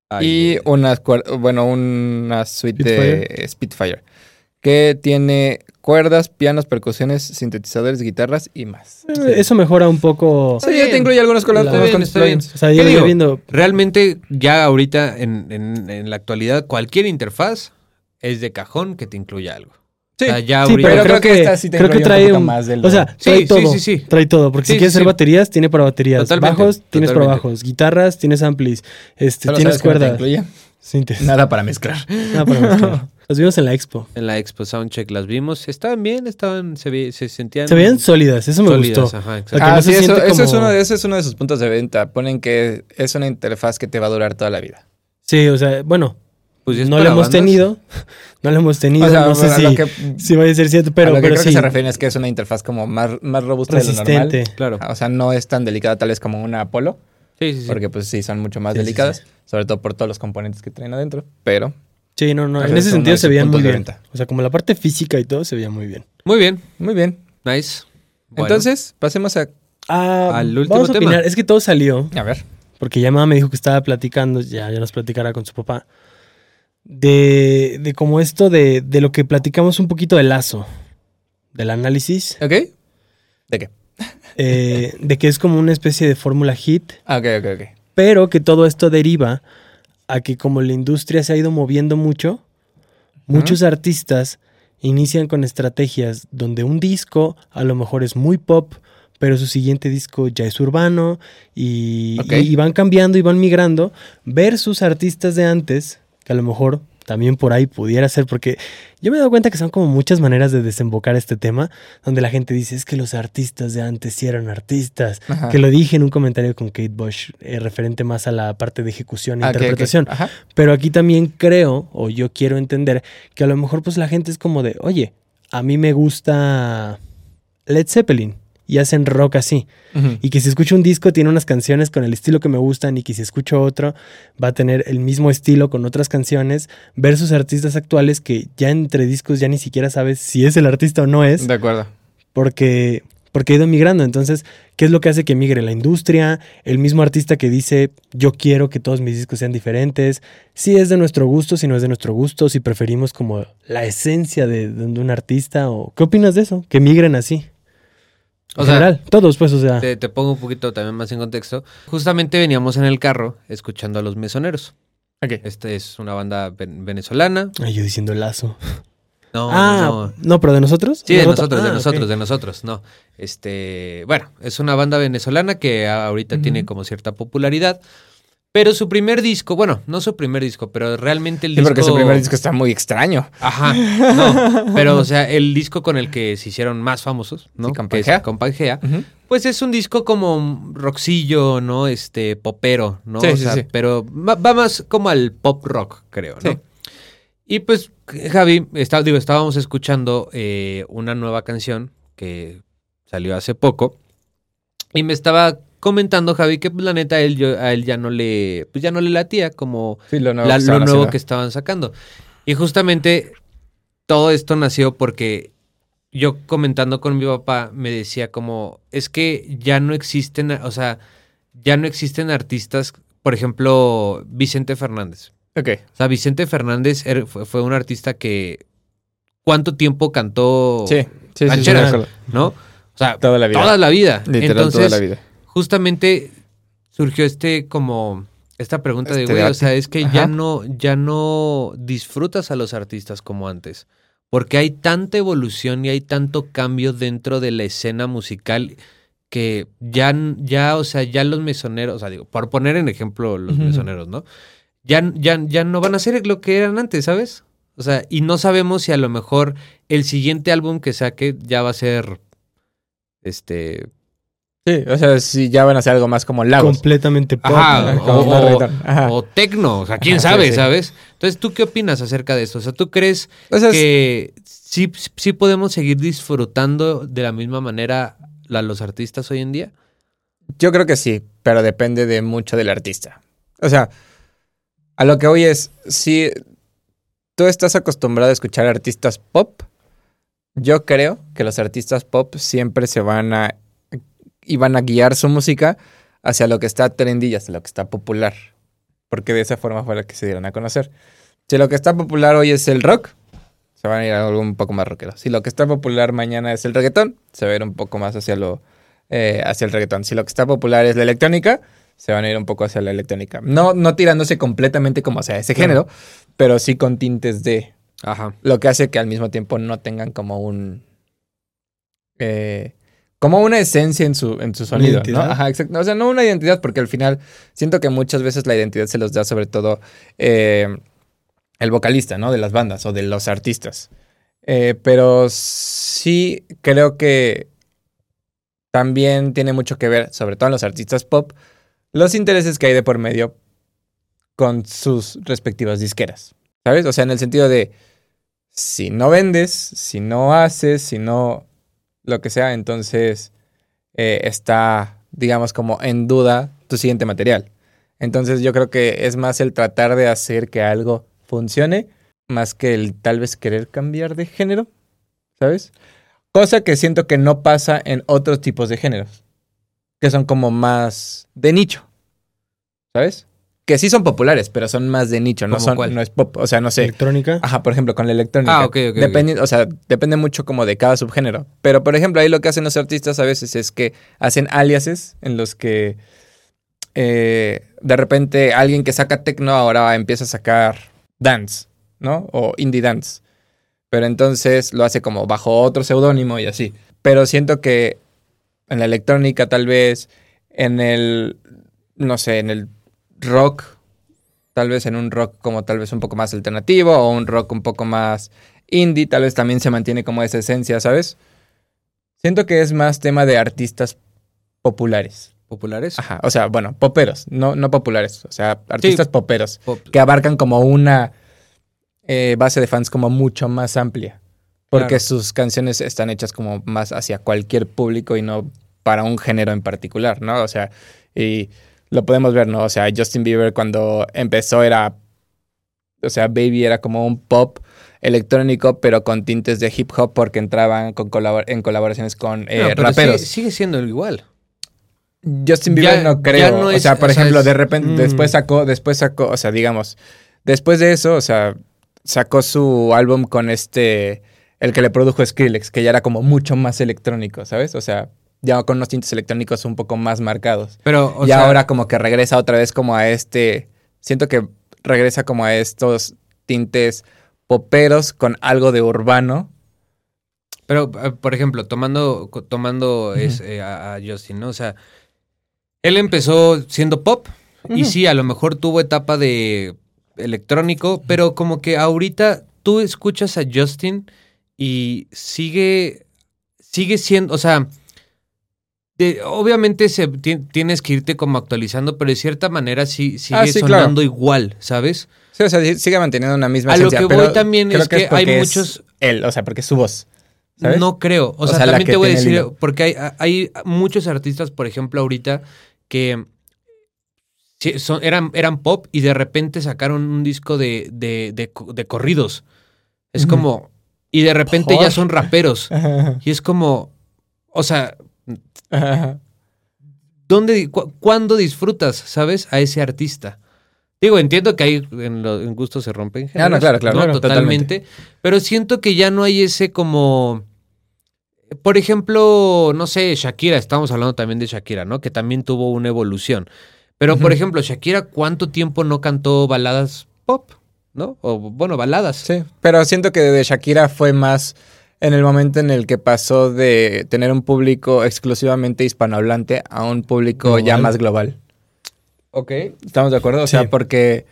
Speaker 1: Ay,
Speaker 2: y
Speaker 1: eh,
Speaker 2: unas cuer- bueno, una suite de
Speaker 3: Spitfire.
Speaker 2: Spitfire. Que tiene cuerdas, pianos, percusiones, sintetizadores, guitarras y más.
Speaker 3: Eh, Eso mejora un poco...
Speaker 1: Sí,
Speaker 2: Sí, ya te incluye algunos con
Speaker 3: Está
Speaker 1: bien, está bien.
Speaker 3: O sea, yo
Speaker 1: ¿Qué
Speaker 3: lo
Speaker 1: digo?
Speaker 3: viendo...
Speaker 1: Realmente, ya ahorita, en, en- en la actualidad, cualquier interfaz es de cajón que te incluya algo.
Speaker 2: Sí,
Speaker 1: O sea, ya
Speaker 3: Sí,
Speaker 1: ahorita-
Speaker 3: pero, creo, que,
Speaker 2: esta sí te
Speaker 3: creo que
Speaker 2: incluye un
Speaker 3: trae
Speaker 2: poquito
Speaker 3: un,
Speaker 2: más del-
Speaker 3: o sea,
Speaker 1: Sí,
Speaker 3: trae
Speaker 1: sí,
Speaker 3: todo,
Speaker 1: sí, sí.
Speaker 3: trae todo, porque
Speaker 1: Sí,
Speaker 3: si quieres
Speaker 1: sí,
Speaker 3: hacer
Speaker 1: sí.
Speaker 3: baterías tiene para baterías,
Speaker 1: Totalmente,
Speaker 3: bajos tienes para
Speaker 1: totalmente.
Speaker 3: bajos, guitarras tienes amplis, este,
Speaker 2: Solo
Speaker 3: tienes
Speaker 2: sabes que no te
Speaker 3: cuerdas,
Speaker 2: incluye
Speaker 3: sintes,
Speaker 2: Nada para mezclar.
Speaker 3: nada para mezclar. Los vimos en la expo,
Speaker 1: En la Expo Soundcheck las vimos. Estaban bien, estaban, se, vi- se sentían.
Speaker 3: se veían sólidas, eso me
Speaker 1: sólidas,
Speaker 3: gustó.
Speaker 1: ajá,
Speaker 3: sea,
Speaker 1: exacto.
Speaker 3: que
Speaker 2: Ah,
Speaker 3: no se
Speaker 2: sí, eso,
Speaker 3: siente
Speaker 2: eso es
Speaker 3: como-
Speaker 2: uno de, ese es uno de sus puntos de venta. Ponen que es una interfaz que te va a durar toda la vida.
Speaker 3: Sí, o sea, bueno,
Speaker 1: Pues, ¿es
Speaker 3: no lo
Speaker 1: para
Speaker 3: hemos
Speaker 1: bandas?
Speaker 3: tenido, no lo hemos tenido,
Speaker 2: O sea,
Speaker 3: no sé
Speaker 2: a
Speaker 3: si,
Speaker 2: lo que,
Speaker 3: si vaya a ser cierto,
Speaker 2: a
Speaker 3: pero,
Speaker 2: lo que
Speaker 3: pero
Speaker 2: creo
Speaker 3: sí,
Speaker 2: que se refieren es que es una interfaz como más, más robusta
Speaker 3: resistente.
Speaker 2: de lo
Speaker 1: Claro.
Speaker 2: normal. O sea, no es tan delicada tal vez como una Apollo,
Speaker 1: Sí, sí, sí.
Speaker 2: porque pues sí, son mucho más
Speaker 3: Sí, sí,
Speaker 2: delicadas,
Speaker 3: sí.
Speaker 2: sobre todo por todos los componentes que traen adentro, pero...
Speaker 3: Sí, no, no,
Speaker 2: Ajá,
Speaker 3: en ese
Speaker 2: es uno
Speaker 3: sentido
Speaker 2: de
Speaker 3: se
Speaker 2: sus
Speaker 3: veían muy
Speaker 2: puntos de
Speaker 3: bien.
Speaker 2: venta.
Speaker 3: O sea, como la parte física y todo se veía muy bien.
Speaker 1: Muy bien,
Speaker 2: Muy bien.
Speaker 1: nice. Bueno,
Speaker 2: Entonces, pasemos a...
Speaker 3: Ah,
Speaker 1: Al último
Speaker 3: vamos a
Speaker 1: tema.
Speaker 3: opinar, es que todo salió
Speaker 2: A ver.
Speaker 3: porque ya mamá me dijo que estaba platicando, ya, ya nos platicará con su papá, de, de como esto de, de lo que platicamos un poquito del lazo, del análisis,
Speaker 2: ¿Ok? ¿De qué?
Speaker 3: eh, de que es como una especie de fórmula hit,
Speaker 2: Ah, ok, ok, ok.
Speaker 3: pero que todo esto deriva a que como la industria se ha ido moviendo mucho, muchos artistas inician con estrategias donde un disco a lo mejor es muy pop, pero su siguiente disco ya es urbano y,
Speaker 2: Ok.
Speaker 3: y- y van cambiando y van migrando versus artistas de antes que a lo mejor también por ahí pudiera ser, porque yo me he dado cuenta que son como muchas maneras de desembocar este tema, donde la gente dice, es que los artistas de antes sí eran artistas,
Speaker 2: Ajá.
Speaker 3: que lo dije en un comentario con Kate Bush, eh, referente más a la parte de ejecución e
Speaker 2: Ah, que- que-
Speaker 3: interpretación.
Speaker 2: ajá.
Speaker 3: Pero aquí también creo, o yo quiero entender, que a lo mejor pues la gente es como de, oye, a mí me gusta Led Zeppelin y hacen rock así.
Speaker 2: Ujú.
Speaker 3: Y que si escucho un disco tiene unas canciones con el estilo que me gustan y que si escucho otro va a tener el mismo estilo con otras canciones versus artistas actuales que ya entre discos ya ni siquiera sabes si es el artista o no es
Speaker 2: De acuerdo.
Speaker 3: porque porque ha ido migrando. Entonces, ¿qué es lo que hace que migre la industria? El mismo artista que dice, yo quiero que todos mis discos sean diferentes. Si es de nuestro gusto, si no es de nuestro gusto, si preferimos como la esencia de, de un artista o... ¿Qué opinas de eso? Que migren así.
Speaker 1: O
Speaker 3: en
Speaker 1: sea,
Speaker 3: general, todos, pues, o sea...
Speaker 1: Te, te pongo un poquito también más en contexto. Justamente veníamos en el carro escuchando a los mesoneros.
Speaker 2: Ok.
Speaker 1: Esta es una banda ven- venezolana.
Speaker 3: Ay, yo diciendo lazo.
Speaker 1: No,
Speaker 3: ah,
Speaker 1: no.
Speaker 3: no. pero de nosotros.
Speaker 1: Sí, de nosotros, de
Speaker 3: Ah,
Speaker 1: nosotros,
Speaker 3: ok.
Speaker 1: de nosotros, no. Este, bueno, es una banda venezolana que a- ahorita
Speaker 2: Ujú.
Speaker 1: tiene como cierta popularidad. Pero su primer disco, bueno, no su primer disco, pero realmente el
Speaker 2: Sí,
Speaker 1: disco.
Speaker 2: porque su primer disco está muy extraño.
Speaker 1: Ajá, no. Pero, o sea, el disco con el que se hicieron más famosos, ¿no?
Speaker 2: Sí, con
Speaker 1: Que es
Speaker 2: Pangea.
Speaker 1: con Pangea. Pues es un disco como roxillo, ¿no? Este, popero, ¿no?
Speaker 2: Sí,
Speaker 1: o
Speaker 2: sí,
Speaker 1: sea,
Speaker 2: sí.
Speaker 1: pero ma- va más como al pop rock, creo, ¿no?
Speaker 2: Sí.
Speaker 1: Y pues, Javi, está- digo, estábamos escuchando eh, una nueva canción que salió hace poco. Y me estaba comentando, Javi, que pues, la neta él, yo- a él ya no le. Pues ya no le latía como
Speaker 2: Sí, lo nuevo,
Speaker 1: la-
Speaker 2: que
Speaker 1: lo
Speaker 2: estaban
Speaker 1: nuevo
Speaker 2: haciendo.
Speaker 1: que estaban sacando. Y justamente todo esto nació porque yo comentando con mi papá me decía como, es que ya no existen, o sea, ya no existen artistas, por ejemplo, Vicente Fernández.
Speaker 2: Ok.
Speaker 1: O sea, Vicente Fernández era- fue, fue un artista que cuánto tiempo cantó,
Speaker 2: Sí, sí, sí, sí,
Speaker 1: Rancheras.
Speaker 2: de acuerdo.
Speaker 1: ¿no? O sea,
Speaker 2: Toda la vida.
Speaker 1: toda la vida.
Speaker 2: Literal,
Speaker 1: Entonces,
Speaker 2: toda la vida.
Speaker 1: justamente surgió este como esta pregunta de
Speaker 2: Este
Speaker 1: güey, o
Speaker 2: debate.
Speaker 1: sea, es que
Speaker 2: Ajá.
Speaker 1: ya no ya no disfrutas a los artistas como antes, porque hay tanta evolución y hay tanto cambio dentro de la escena musical que ya n- ya, o sea, ya los mesoneros, o sea, digo, por poner en ejemplo los
Speaker 2: Ujú.
Speaker 1: mesoneros, ¿no? Ya n- ya ya no van a ser lo que eran antes, ¿sabes? O sea, y no sabemos si a lo mejor el siguiente álbum que saque ya va a ser este
Speaker 2: Sí, o sea, sí, ya van a hacer algo más como lagos.
Speaker 3: Completamente pop.
Speaker 1: Ajá,
Speaker 3: ¿no?
Speaker 1: o-
Speaker 2: Como
Speaker 1: o-
Speaker 2: más reggaetón. Ajá.
Speaker 1: o tecno, o sea, quién
Speaker 2: Ajá,
Speaker 1: sabe,
Speaker 2: Ah. sí, sí.
Speaker 1: ¿sabes? Entonces, ¿tú qué opinas acerca de esto? O sea, ¿tú crees
Speaker 2: O sea, es-
Speaker 1: que sí, sí podemos seguir disfrutando de la misma manera a los artistas hoy en día?
Speaker 2: Yo creo que sí, pero depende de mucho del artista. O sea, a lo que voy es, si tú estás acostumbrado a escuchar artistas pop, yo creo que los artistas pop siempre se van a y van a guiar su música hacia lo que está trendy y hacia lo que está popular, porque de esa forma fue la que se dieron a conocer. Si lo que está popular hoy es el rock, se van a ir a algo un poco más rockero. Si lo que está popular mañana es el reggaetón, se va a ir un poco más hacia lo eh, hacia el reggaetón. Si lo que está popular es la electrónica, se van a ir un poco hacia la electrónica. No, no tirándose completamente como sea ese
Speaker 1: Claro.
Speaker 2: género, pero sí con tintes de
Speaker 1: Ajá.
Speaker 2: lo que hace que al mismo tiempo no tengan como un. eh, como una esencia en su, en su sonido, ¿no?
Speaker 3: identidad.
Speaker 2: Ajá, exacto. O sea, no una identidad, porque al final siento que muchas veces la identidad se los da sobre todo eh, el vocalista, ¿no? De las bandas o de los artistas. Eh, pero sí creo que también tiene mucho que ver, sobre todo en los artistas pop, los intereses que hay de por medio con sus respectivas disqueras. ¿Sabes? O sea, en el sentido de, si no vendes, si no haces, si no lo que sea, entonces eh, está, digamos, como en duda tu siguiente material. Entonces yo creo que es más el tratar de hacer que algo funcione, más que el tal vez querer cambiar de género, ¿sabes? Cosa que siento que no pasa en otros tipos de géneros, que son como más de nicho, ¿sabes? Que sí son populares, pero son más de nicho, no,
Speaker 1: ¿Cómo
Speaker 2: son,
Speaker 1: cuál?
Speaker 2: no es pop, o sea, no sé.
Speaker 3: Electrónica.
Speaker 2: Ajá, por ejemplo, con la electrónica.
Speaker 1: Ah, ok, ok,
Speaker 2: Depende, O sea, depende mucho como de cada subgénero. Pero, por ejemplo, ahí lo que hacen los artistas a veces es que hacen aliases en los que eh, de repente alguien que saca techno ahora empieza a sacar dance, ¿no? O indie dance. Pero entonces lo hace como bajo otro seudónimo y así. Pero siento que en la electrónica tal vez, en el, no sé, en el rock Tal vez en un rock como tal vez un poco más alternativo o un rock un poco más indie, tal vez también se mantiene como esa esencia, ¿sabes? Siento que es más tema de artistas populares.
Speaker 1: populares.
Speaker 2: Ajá, o sea, bueno, poperos, no, no populares, o sea, artistas poperos,
Speaker 1: Pop-
Speaker 2: que abarcan como una eh, base de fans como mucho más amplia, porque
Speaker 1: Claro.
Speaker 2: sus canciones están hechas como más hacia cualquier público y no para un género en particular, ¿no? O sea, y lo podemos ver, ¿no? O sea, Justin Bieber cuando empezó era, o sea, Baby era como un pop electrónico, pero con tintes de hip hop porque entraban con colabor- en colaboraciones con eh,
Speaker 1: No, pero
Speaker 2: raperos.
Speaker 1: sí- Sigue, siendo igual.
Speaker 2: Justin Bieber
Speaker 1: Ya-
Speaker 2: no
Speaker 1: ya
Speaker 2: creo.
Speaker 1: no
Speaker 2: o
Speaker 1: es-
Speaker 2: sea, por
Speaker 1: o sea,
Speaker 2: ejemplo,
Speaker 1: es-
Speaker 2: de repente,
Speaker 1: mm.
Speaker 2: después sacó, después sacó, o sea, digamos, después de eso, o sea, sacó su álbum con este, el que le produjo Skrillex, que ya era como mucho más electrónico, ¿sabes? O sea, ya con unos tintes electrónicos un poco más marcados.
Speaker 1: Pero, o
Speaker 2: y
Speaker 1: sea,
Speaker 2: ahora como que regresa otra vez como a este, siento que regresa como a estos tintes poperos con algo de urbano.
Speaker 1: Pero, eh, por ejemplo, tomando, co- tomando
Speaker 2: Ujú.
Speaker 1: es, eh, a, a Justin, ¿no? O sea, él empezó siendo pop y
Speaker 2: Ujú.
Speaker 1: sí, a lo mejor tuvo etapa de electrónico, pero como que ahorita tú escuchas a Justin y sigue, sigue siendo, o sea, de- obviamente se, ti- tienes que irte como actualizando, pero de cierta manera sí sigue
Speaker 2: Ah, sí, claro.
Speaker 1: sonando igual, ¿sabes?
Speaker 2: Sí, o sea, sí- sigue manteniendo una misma
Speaker 1: A lo
Speaker 2: esencia,
Speaker 1: que
Speaker 2: pero
Speaker 1: voy también
Speaker 2: creo
Speaker 1: es que, hay
Speaker 2: porque es
Speaker 1: muchos...
Speaker 2: él, o sea, porque es su voz. ¿sabes?
Speaker 1: No creo. O,
Speaker 2: O
Speaker 1: sea,
Speaker 2: sea, la
Speaker 1: también
Speaker 2: que
Speaker 1: te voy a
Speaker 2: tiene el
Speaker 1: decir,
Speaker 2: hilo.
Speaker 1: porque hay, hay muchos artistas, por ejemplo, ahorita, que sí, son, eran, eran pop y de repente sacaron un disco de, de, de co- de corridos. Es
Speaker 2: Ujú.
Speaker 1: como. Y de repente
Speaker 2: Por.
Speaker 1: ya son raperos. Y es como. O sea, ¿dónde, cu- ¿cuándo disfrutas, sabes, a ese artista? Digo, entiendo que hay en, lo- en gusto se rompen
Speaker 2: Ah, no, claro, claro, claro,
Speaker 1: totalmente, Pero siento que ya no hay ese como. Por ejemplo, no sé, Shakira, estamos hablando también de Shakira, ¿no? Que también tuvo una evolución. Pero, por
Speaker 2: Ujú.
Speaker 1: ejemplo, Shakira, ¿cuánto tiempo no cantó baladas pop? ¿No? O bueno, baladas.
Speaker 2: Sí, pero siento que de Shakira fue más en el momento en el que pasó de tener un público exclusivamente hispanohablante a un público ya
Speaker 3: Global.
Speaker 2: más global.
Speaker 1: Ok.
Speaker 2: ¿Estamos de acuerdo? O
Speaker 3: Sí.
Speaker 2: sea, porque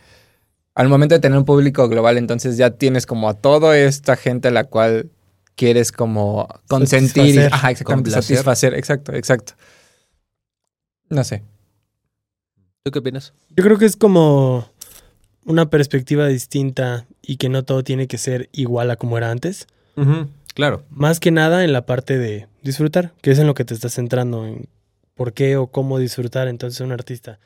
Speaker 2: al momento de tener un público global, entonces ya tienes como a toda esta gente a la cual quieres como consentir. y-
Speaker 3: Satisfacer.
Speaker 2: Ajá, exactamente.
Speaker 1: Complacer.
Speaker 2: Satisfacer, exacto, exacto. No sé.
Speaker 1: ¿Tú qué opinas?
Speaker 3: Yo creo que es como una perspectiva distinta y que no todo tiene que ser igual a como era antes.
Speaker 1: Claro.
Speaker 3: Más que nada en la parte de disfrutar, que es en lo que te estás centrando, en por qué o cómo disfrutar entonces un artista.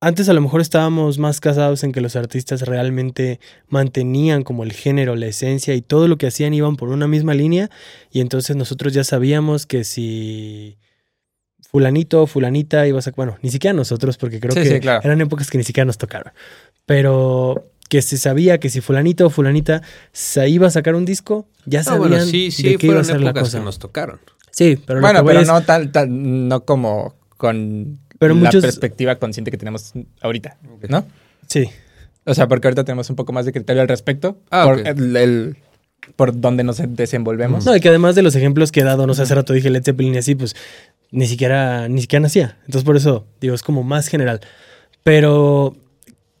Speaker 3: Antes a lo mejor estábamos más casados en que los artistas realmente mantenían como el género, la esencia y todo lo que hacían iban por una misma línea y entonces nosotros ya sabíamos que si fulanito o fulanita iba a sacar, bueno, ni siquiera nosotros porque creo
Speaker 2: Sí,
Speaker 3: que
Speaker 2: sí, claro.
Speaker 3: eran épocas que ni siquiera nos tocaron, pero que se sabía que si fulanito o fulanita se iba a sacar un disco, ya
Speaker 1: Ah,
Speaker 3: sabían
Speaker 1: bueno, sí, sí,
Speaker 3: de qué iba a
Speaker 1: fueron
Speaker 3: ser la
Speaker 1: épocas
Speaker 3: cosa.
Speaker 1: que nos tocaron.
Speaker 3: Sí, pero lo
Speaker 2: bueno,
Speaker 3: que voy
Speaker 2: pero
Speaker 3: es-
Speaker 2: no tal, tal, no como con
Speaker 3: Pero
Speaker 2: la
Speaker 3: muchos-
Speaker 2: perspectiva consciente que tenemos ahorita, ¿no?
Speaker 3: Sí.
Speaker 2: O sea, porque ahorita tenemos un poco más de criterio al respecto.
Speaker 1: Ah,
Speaker 2: por,
Speaker 1: ok.
Speaker 2: el, el- por donde nos desenvolvemos.
Speaker 3: No, y que además de los ejemplos que he dado, no sé, hace rato dije Led Zeppelin y así, pues ni siquiera, ni siquiera nacía. Entonces por eso digo, es como más general. Pero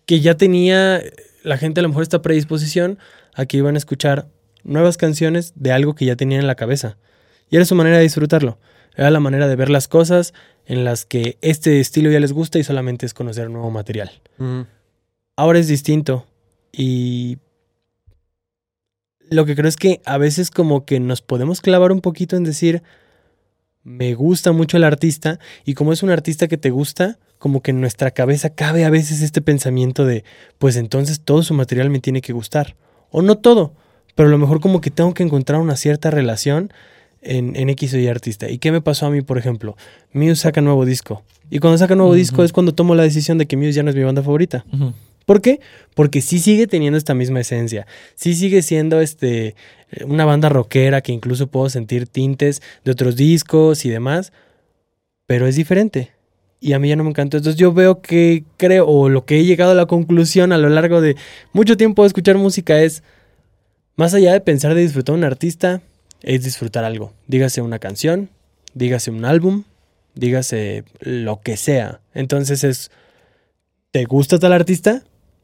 Speaker 3: que ya tenía la gente a lo mejor esta predisposición a que iban a escuchar nuevas canciones de algo que ya tenían en la cabeza. Y era su manera de disfrutarlo. Era la manera de ver las cosas en las que este estilo ya les gusta y solamente es conocer nuevo material.
Speaker 1: Ujú.
Speaker 3: ahora es distinto. Y lo que creo es que a veces como que nos podemos clavar un poquito en decir, me gusta mucho el artista, y como es un artista que te gusta, como que en nuestra cabeza cabe a veces este pensamiento de, pues entonces todo su material me tiene que gustar. O no todo, pero a lo mejor como que tengo que encontrar una cierta relación en, en X o Y artista. ¿Y qué me pasó a mí, por ejemplo? Muse saca nuevo disco. Y cuando saca nuevo disco
Speaker 2: Ujú.
Speaker 3: es cuando tomo la decisión de que Muse ya no es mi banda favorita. ¿Por qué? Porque sí sigue teniendo esta misma esencia. Sí sigue siendo este eh, una banda rockera que incluso puedo sentir tintes de otros discos y demás, pero es diferente. Y a mí ya no me encantó. Entonces yo veo que creo, o lo que he llegado a la conclusión a lo largo de mucho tiempo de escuchar música es, más allá de pensar de disfrutar un artista, es disfrutar algo. Dígase una canción, dígase un álbum, dígase lo que sea. Entonces es ¿te gusta tal artista?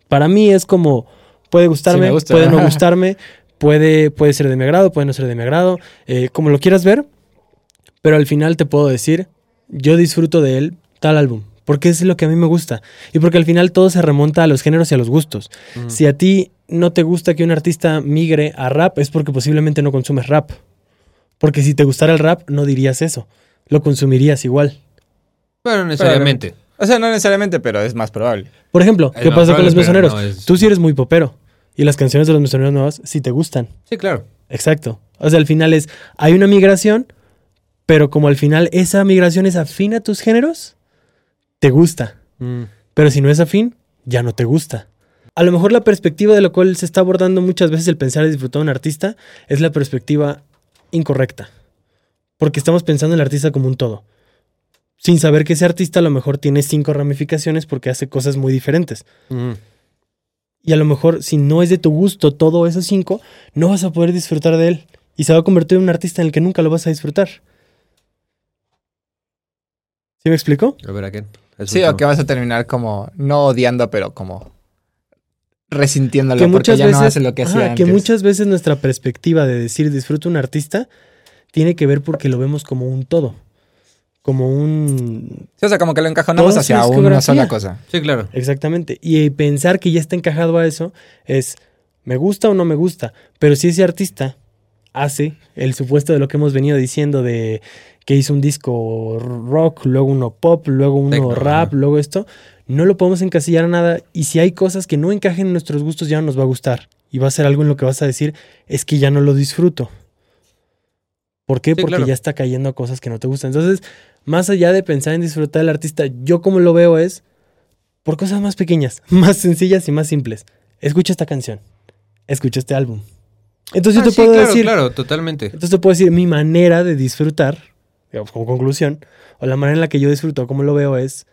Speaker 3: Para mí es como, puede gustarme,
Speaker 2: Sí, me gusta.
Speaker 3: puede no gustarme, puede, puede ser de mi agrado, puede no ser de mi agrado, eh, como lo quieras ver, pero al final te puedo decir, yo disfruto de él tal álbum, porque es lo que a mí me gusta, y porque al final todo se remonta a los géneros y a los gustos.
Speaker 2: Mm.
Speaker 3: Si a ti no te gusta que un artista migre a rap, es porque posiblemente no consumes rap, porque si te gustara el rap, no dirías eso, lo consumirías igual.
Speaker 1: Bueno, necesariamente.
Speaker 2: O sea, no necesariamente, pero es más probable.
Speaker 3: Por ejemplo,
Speaker 1: Es
Speaker 3: ¿qué
Speaker 1: más
Speaker 3: pasa con
Speaker 1: probable,
Speaker 3: los
Speaker 1: pero
Speaker 3: mesoneros?
Speaker 1: no es-
Speaker 3: Tú sí eres muy popero. Y las canciones de los mesoneros nuevas sí te gustan.
Speaker 1: Sí, claro.
Speaker 3: Exacto. O sea, al final es, hay una migración, pero como al final esa migración es afín a tus géneros, te gusta. Pero si no es afín, ya no te gusta. A lo mejor la perspectiva de la cual se está abordando muchas veces el pensar y disfrutar a un artista es la perspectiva incorrecta. Porque estamos pensando en el artista como un todo. Sin saber que ese artista a lo mejor tiene cinco ramificaciones porque hace cosas muy diferentes.
Speaker 1: Mm.
Speaker 3: Y a lo mejor, si no es de tu gusto todo esos cinco, no vas a poder disfrutar de él. Y se va a convertir en un artista en el que nunca lo vas a disfrutar. ¿Sí me explico?
Speaker 1: A ver, ¿a qué? Es
Speaker 2: Sí,
Speaker 1: último.
Speaker 2: o que vas a terminar como, no odiando, pero como resintiéndolo
Speaker 3: que
Speaker 2: porque
Speaker 3: muchas
Speaker 2: ya
Speaker 3: veces,
Speaker 2: no hace lo que hacía
Speaker 3: ajá, que
Speaker 2: antes.
Speaker 3: muchas veces nuestra perspectiva de decir disfruto un artista tiene que ver porque lo vemos como un todo. Como un...
Speaker 2: Sí, o sea, como que lo encajonamos
Speaker 3: Toda su
Speaker 2: hacia una sola
Speaker 3: discografía.
Speaker 2: cosa.
Speaker 1: Sí, claro.
Speaker 3: Exactamente. Y pensar que ya está encajado a eso es, ¿me gusta o no me gusta? Pero si ese artista hace el supuesto de lo que hemos venido diciendo de que hizo un disco rock, luego uno pop, luego uno
Speaker 1: Tecno,
Speaker 3: rap,
Speaker 1: ajá.
Speaker 3: luego esto, no lo podemos encasillar a nada. Y si hay cosas que no encajen en nuestros gustos, ya no nos va a gustar. Y va a ser algo en lo que vas a decir, es que ya no lo disfruto. ¿Por qué?
Speaker 1: Sí,
Speaker 3: Porque
Speaker 1: claro.
Speaker 3: ya está cayendo a cosas que no te gustan. Entonces, más allá de pensar en disfrutar del artista, yo como lo veo es por cosas más pequeñas, más sencillas y más simples. Escucha esta canción, escucha este álbum. Entonces
Speaker 1: Ah,
Speaker 3: Pues yo te
Speaker 1: sí,
Speaker 3: puedo
Speaker 1: claro,
Speaker 3: decir,
Speaker 1: claro, totalmente.
Speaker 3: entonces te puedo decir mi manera de disfrutar, digamos, como conclusión, o la manera en la que yo disfruto, como lo veo es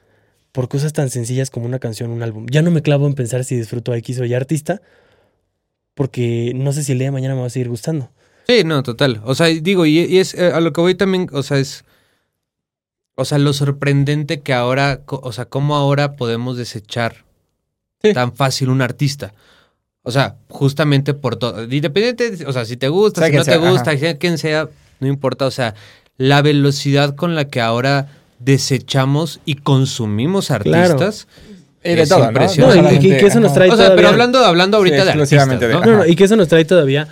Speaker 3: por cosas tan sencillas como una canción, un álbum. Ya no me clavo en pensar si disfruto a X o Y artista, porque no sé si el día de mañana me va a seguir gustando.
Speaker 1: Sí, no, total. O sea, digo, y, y es eh, a lo que voy también, o sea, es. O sea, lo sorprendente que ahora, co- o sea, cómo ahora podemos desechar
Speaker 3: Sí.
Speaker 1: tan fácil un artista. O sea, justamente por todo. Independiente, de- o sea, si te gusta,
Speaker 2: Sea
Speaker 1: si
Speaker 2: quien
Speaker 1: no te
Speaker 2: sea, ajá.
Speaker 1: gusta, sea quien sea, no importa. O sea, la velocidad con la que ahora desechamos y consumimos
Speaker 3: Claro.
Speaker 1: artistas.
Speaker 2: Y de
Speaker 1: Es
Speaker 2: todo, ¿no?
Speaker 1: impresionante.
Speaker 3: No, y- y que
Speaker 2: solamente-
Speaker 3: eso nos
Speaker 2: ajá.
Speaker 3: trae-
Speaker 1: O sea, pero
Speaker 3: todavía-
Speaker 1: hablando, hablando ahorita de
Speaker 2: exclusivamente
Speaker 1: artistas,
Speaker 2: de-
Speaker 1: ¿no?
Speaker 3: No, no,
Speaker 2: Ajá.
Speaker 3: y que eso nos trae todavía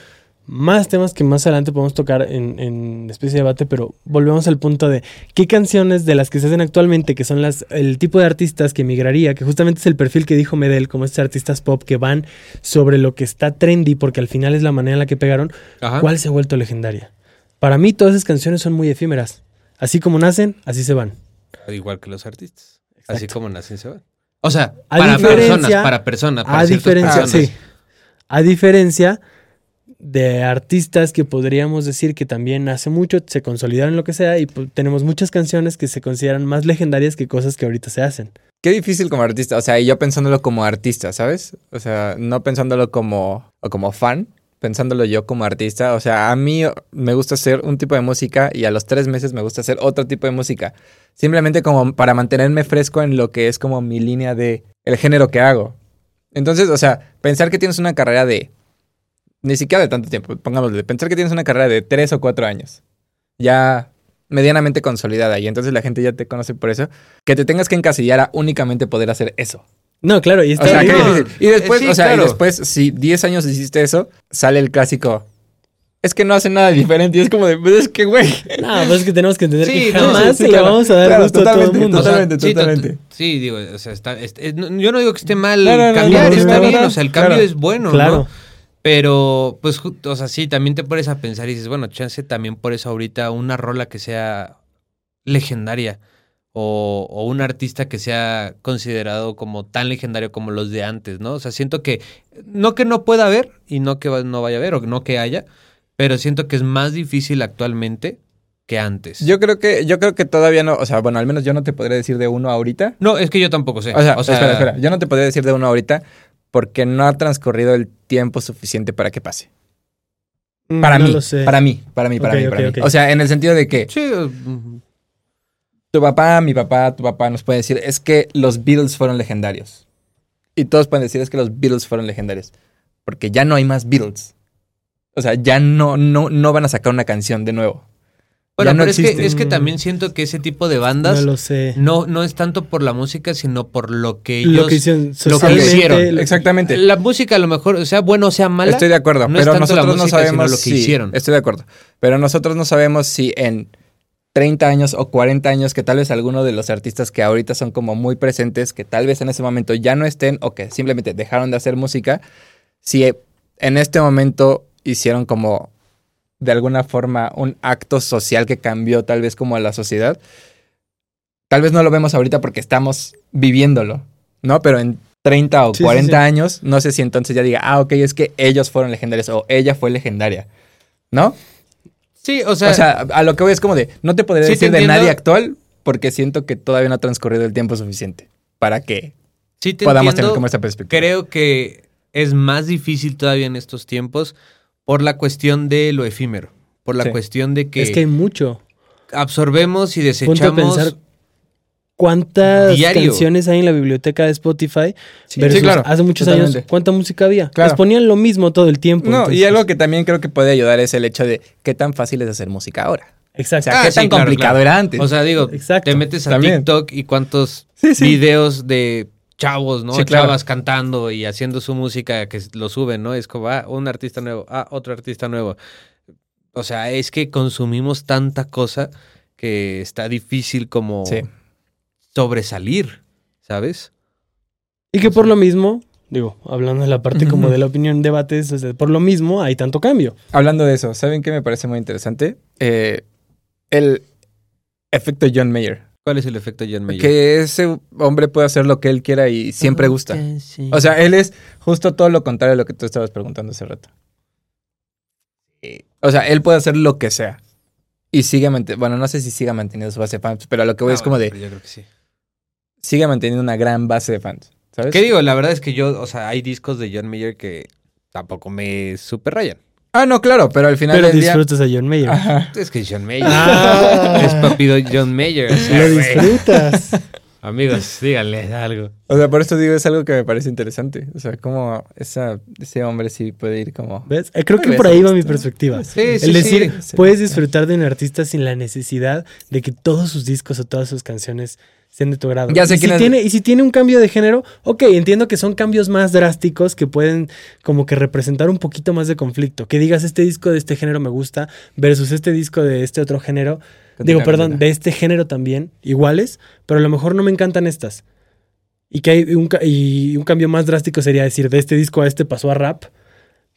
Speaker 3: más temas que más adelante podemos tocar en, en especie de debate, pero volvemos al punto de qué canciones de las que se hacen actualmente, que son las el tipo de artistas que migraría, que justamente es el perfil que dijo Medel, como estos artistas pop que van sobre lo que está trendy, porque al final es la manera en la que pegaron,
Speaker 1: Ajá.
Speaker 3: ¿cuál se ha vuelto legendaria? Para mí todas esas canciones son muy efímeras. Así como nacen, así se van.
Speaker 1: Igual que los artistas. Así
Speaker 3: Exacto.
Speaker 1: como nacen, se van. O sea,
Speaker 3: A
Speaker 1: para
Speaker 3: diferencia-
Speaker 1: personas, para personas, para
Speaker 3: A
Speaker 1: ciertas
Speaker 3: diferencia,
Speaker 1: personas.
Speaker 3: sí. A diferencia de artistas que podríamos decir que también hace mucho se consolidaron lo que sea y pues, tenemos muchas canciones que se consideran más legendarias que cosas que ahorita se hacen.
Speaker 2: Qué difícil como artista, o sea, y yo pensándolo como artista, ¿sabes? O sea, no pensándolo como, o como fan, pensándolo yo como artista, o sea, a mí me gusta hacer un tipo de música y a los tres meses me gusta hacer otro tipo de música, simplemente como para mantenerme fresco en lo que es como mi línea de el género que hago. Entonces, o sea, pensar que tienes una carrera de, ni siquiera de tanto tiempo, pongámosle, pensar que tienes una carrera de tres o cuatro años, ya medianamente consolidada y entonces la gente ya te conoce por eso que te tengas que encasillar a únicamente poder hacer eso.
Speaker 3: No, claro, y
Speaker 2: O
Speaker 3: está
Speaker 2: sea, qué
Speaker 1: no.
Speaker 3: horrible.
Speaker 2: difícil. Y después,
Speaker 1: Sí,
Speaker 2: o sea, y
Speaker 1: claro.
Speaker 2: después, si 10 años hiciste eso, sale el clásico. Es que no hace nada diferente. Y es como de, "Pero es que, güey.
Speaker 3: No, pues es que tenemos que entender
Speaker 1: Sí,
Speaker 3: que
Speaker 1: no,
Speaker 3: jamás
Speaker 2: sí, sí,
Speaker 3: se le
Speaker 2: claro.
Speaker 3: vamos a dar
Speaker 2: Claro,
Speaker 3: gusto a todo el
Speaker 2: totalmente,
Speaker 3: mundo.
Speaker 1: O sea,
Speaker 2: Totalmente,
Speaker 1: sí, to-
Speaker 2: totalmente.
Speaker 1: Sí, digo, o sea, está, est- eh, no- yo no digo que esté mal
Speaker 2: No, no, no,
Speaker 1: cambiar,
Speaker 3: no, no,
Speaker 1: está
Speaker 3: no,
Speaker 1: bien,
Speaker 2: no,
Speaker 1: o sea, el cambio
Speaker 2: claro,
Speaker 1: es bueno,
Speaker 3: claro.
Speaker 1: ¿no? Pero, pues, ju- o sea, sí, también te pones a pensar y dices, bueno, chance también por eso ahorita una rola que sea legendaria o, o un artista que sea considerado como tan legendario como los de antes, ¿no? O sea, siento que, no que no pueda haber y no que va- no vaya a haber o no que haya, pero siento que es más difícil actualmente que antes.
Speaker 2: Yo creo que, yo creo que todavía no. O sea, bueno, al menos yo no te podría decir de uno ahorita.
Speaker 1: no, es que yo tampoco sé.
Speaker 2: O sea, espera, espera. Yo no te podría decir de uno ahorita porque no ha transcurrido el tiempo suficiente para que pase.
Speaker 3: Mm,
Speaker 2: Para
Speaker 3: no
Speaker 2: mí.
Speaker 3: lo sé.
Speaker 2: Para mí, para mí, para
Speaker 3: Ok,
Speaker 2: mí, para
Speaker 3: ok,
Speaker 2: mí.
Speaker 3: ok.
Speaker 2: O sea, en el sentido de que
Speaker 1: Sí, mm,
Speaker 2: tu papá, mi papá, tu papá nos puede decir, es que los Beatles fueron legendarios. Y todos pueden decir es que los Beatles fueron legendarios. Porque ya no hay más Beatles. O sea, ya no, no, no van a sacar una canción de nuevo.
Speaker 1: Bueno,
Speaker 2: Ya no
Speaker 1: pero es que,
Speaker 2: existe.
Speaker 1: es que también siento que ese tipo de
Speaker 3: No
Speaker 1: bandas no,
Speaker 3: lo sé.
Speaker 1: no, es tanto por la música, sino por lo que ellos...
Speaker 3: lo que hicieron
Speaker 1: que
Speaker 3: socialmente,
Speaker 1: hicieron,
Speaker 3: lo-
Speaker 2: Exactamente.
Speaker 1: La música a lo mejor, o sea, bueno o sea mala.
Speaker 2: Estoy de acuerdo,
Speaker 1: no es
Speaker 2: pero
Speaker 1: tanto la
Speaker 2: nosotros
Speaker 1: música,
Speaker 2: no
Speaker 1: sino
Speaker 2: sabemos
Speaker 1: lo que
Speaker 2: si
Speaker 1: hicieron.
Speaker 2: Estoy de acuerdo, pero nosotros no sabemos si en 30 años o 40 años que tal vez alguno de los artistas que ahorita son como muy presentes, que tal vez en ese momento ya no estén o que simplemente dejaron de hacer música, si eh, en este momento hicieron como de alguna forma un acto social que cambió tal vez como a la sociedad. Tal vez no lo vemos ahorita porque estamos viviéndolo, ¿no? Pero en 30 o
Speaker 3: Sí, sí,
Speaker 2: 40
Speaker 3: sí.
Speaker 2: años, no sé si entonces ya diga, ah, ok, es que ellos fueron legendarios o ella fue legendaria, ¿no?
Speaker 1: Sí, o sea,
Speaker 2: o sea, a lo que voy es como de, no te podría
Speaker 1: Sí, te
Speaker 2: decir de
Speaker 1: entiendo.
Speaker 2: nadie actual porque siento que todavía no ha transcurrido el tiempo suficiente para que
Speaker 1: sí te
Speaker 2: podamos
Speaker 1: entiendo,
Speaker 2: tener como esta perspectiva.
Speaker 1: Creo que es más difícil todavía en estos tiempos por la cuestión de lo efímero, por la
Speaker 2: Sí.
Speaker 1: cuestión de que,
Speaker 3: Es que hay mucho.
Speaker 1: absorbemos y
Speaker 3: Ponte a
Speaker 1: desechamos.
Speaker 3: pensar cuántas
Speaker 1: diario.
Speaker 3: canciones hay en la biblioteca de Spotify
Speaker 2: Sí,
Speaker 3: versus
Speaker 2: sí, claro,
Speaker 3: hace muchos
Speaker 2: totalmente.
Speaker 3: años cuánta música había.
Speaker 2: Claro.
Speaker 3: Les ponían lo mismo todo el tiempo.
Speaker 2: No, y
Speaker 3: entonces-
Speaker 1: pues,
Speaker 2: algo que también creo que puede ayudar es el hecho de qué tan fácil es hacer música ahora. O
Speaker 3: Exacto.
Speaker 2: sea,
Speaker 1: Ah,
Speaker 2: qué
Speaker 1: sí,
Speaker 2: tan
Speaker 1: claro,
Speaker 2: complicado
Speaker 1: claro.
Speaker 2: era antes.
Speaker 1: O sea, digo,
Speaker 3: Exacto,
Speaker 1: te metes a
Speaker 2: también.
Speaker 1: TikTok y cuántos
Speaker 2: Sí, sí.
Speaker 1: videos de chavos, ¿no?
Speaker 2: Sí, claro.
Speaker 1: Chavas cantando y haciendo su música que s- lo suben, ¿no? Es como, ah, un artista nuevo, ah, otro artista nuevo. O sea, es que consumimos tanta cosa que está difícil como
Speaker 2: Sí.
Speaker 1: sobresalir, ¿sabes?
Speaker 3: Y que por lo mismo, digo, hablando de la parte como de la opinión, debates, o sea, por lo mismo hay tanto cambio.
Speaker 2: Hablando de eso, ¿saben qué me parece muy interesante? Eh, el efecto John Mayer.
Speaker 1: ¿Cuál es el efecto John Mayer?
Speaker 2: Que ese hombre puede hacer lo que él quiera y siempre gusta. O sea, él es justo todo lo contrario a lo que tú estabas preguntando hace rato. O sea, él puede hacer lo que sea. Y sigue manteniendo, bueno, no sé si siga manteniendo su base de fans, pero a lo que voy
Speaker 1: Ah,
Speaker 2: es como
Speaker 1: bueno,
Speaker 2: de,
Speaker 1: pero yo creo que sí.
Speaker 2: sigue manteniendo una gran base de fans. ¿Sabes?
Speaker 1: ¿Qué digo? La verdad es que yo, o sea, hay discos de John Mayer que tampoco me super rayan.
Speaker 2: Ah, no, claro, pero al final
Speaker 3: Pero
Speaker 2: del día...
Speaker 3: disfrutas a John Mayer.
Speaker 2: Ajá.
Speaker 1: Es que John Mayer.
Speaker 3: Ah.
Speaker 1: Es papido John Mayer. o sea,
Speaker 3: Lo
Speaker 1: güey.
Speaker 3: disfrutas.
Speaker 1: Amigos, díganle algo.
Speaker 2: O sea, por esto digo, es algo que me parece interesante. O sea, como esa, ese hombre sí puede ir como...
Speaker 3: ¿Ves? Eh, Creo
Speaker 2: Tal
Speaker 3: que
Speaker 2: vez
Speaker 3: por ahí
Speaker 2: me
Speaker 3: va mi
Speaker 2: gusta.
Speaker 3: perspectiva.
Speaker 1: Sí, sí,
Speaker 3: El decir,
Speaker 1: sí.
Speaker 2: sí.
Speaker 3: puedes disfrutar de un artista sin la necesidad de que todos sus discos o todas sus canciones sean de tu agrado.
Speaker 2: Ya sé
Speaker 3: y, si
Speaker 2: quién es.
Speaker 3: tiene, y si tiene un cambio de género, ok, entiendo que son cambios más drásticos que pueden como que representar un poquito más de conflicto. Que digas, este disco de este género me gusta versus este disco de este otro género. Digo, perdón, de este género también, iguales, pero a lo mejor no me encantan estas. Y que hay un, ca- y un cambio más drástico sería decir, de este disco a este pasó a rap.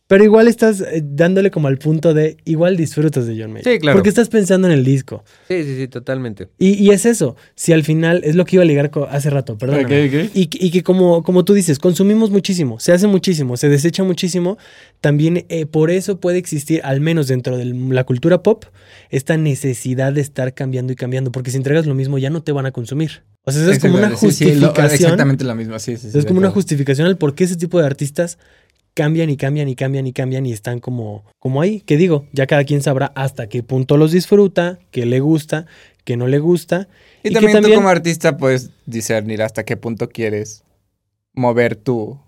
Speaker 3: Pero igual estás eh, dándole como al punto de, igual disfrutas de John Mayer.
Speaker 1: Sí, claro.
Speaker 3: Porque estás pensando en el disco.
Speaker 1: Sí, sí, sí, totalmente.
Speaker 3: Y, y es eso, si al final, es lo que iba a ligar co- hace rato, perdón. Y, que- y que como, como tú dices, consumimos muchísimo, se hace muchísimo, se desecha muchísimo. También eh, por eso puede existir, al menos dentro de la cultura pop, esta necesidad de estar cambiando y cambiando. Porque si entregas lo mismo, ya no te van a consumir. O sea, eso es como una
Speaker 2: Exactamente, sí, sí, lo-
Speaker 3: justificación.
Speaker 2: exactamente lo mismo, sí, sí. sí, de
Speaker 3: es como una
Speaker 2: acuerdo.
Speaker 3: justificación al por qué ese tipo de artistas cambian y cambian y cambian y cambian y están como, como ahí. Que digo, ya cada quien sabrá hasta qué punto los disfruta, qué le gusta, qué no le gusta.
Speaker 2: Y,
Speaker 3: y que
Speaker 2: también,
Speaker 3: también-
Speaker 2: tú como artista puedes discernir hasta qué punto quieres mover tu...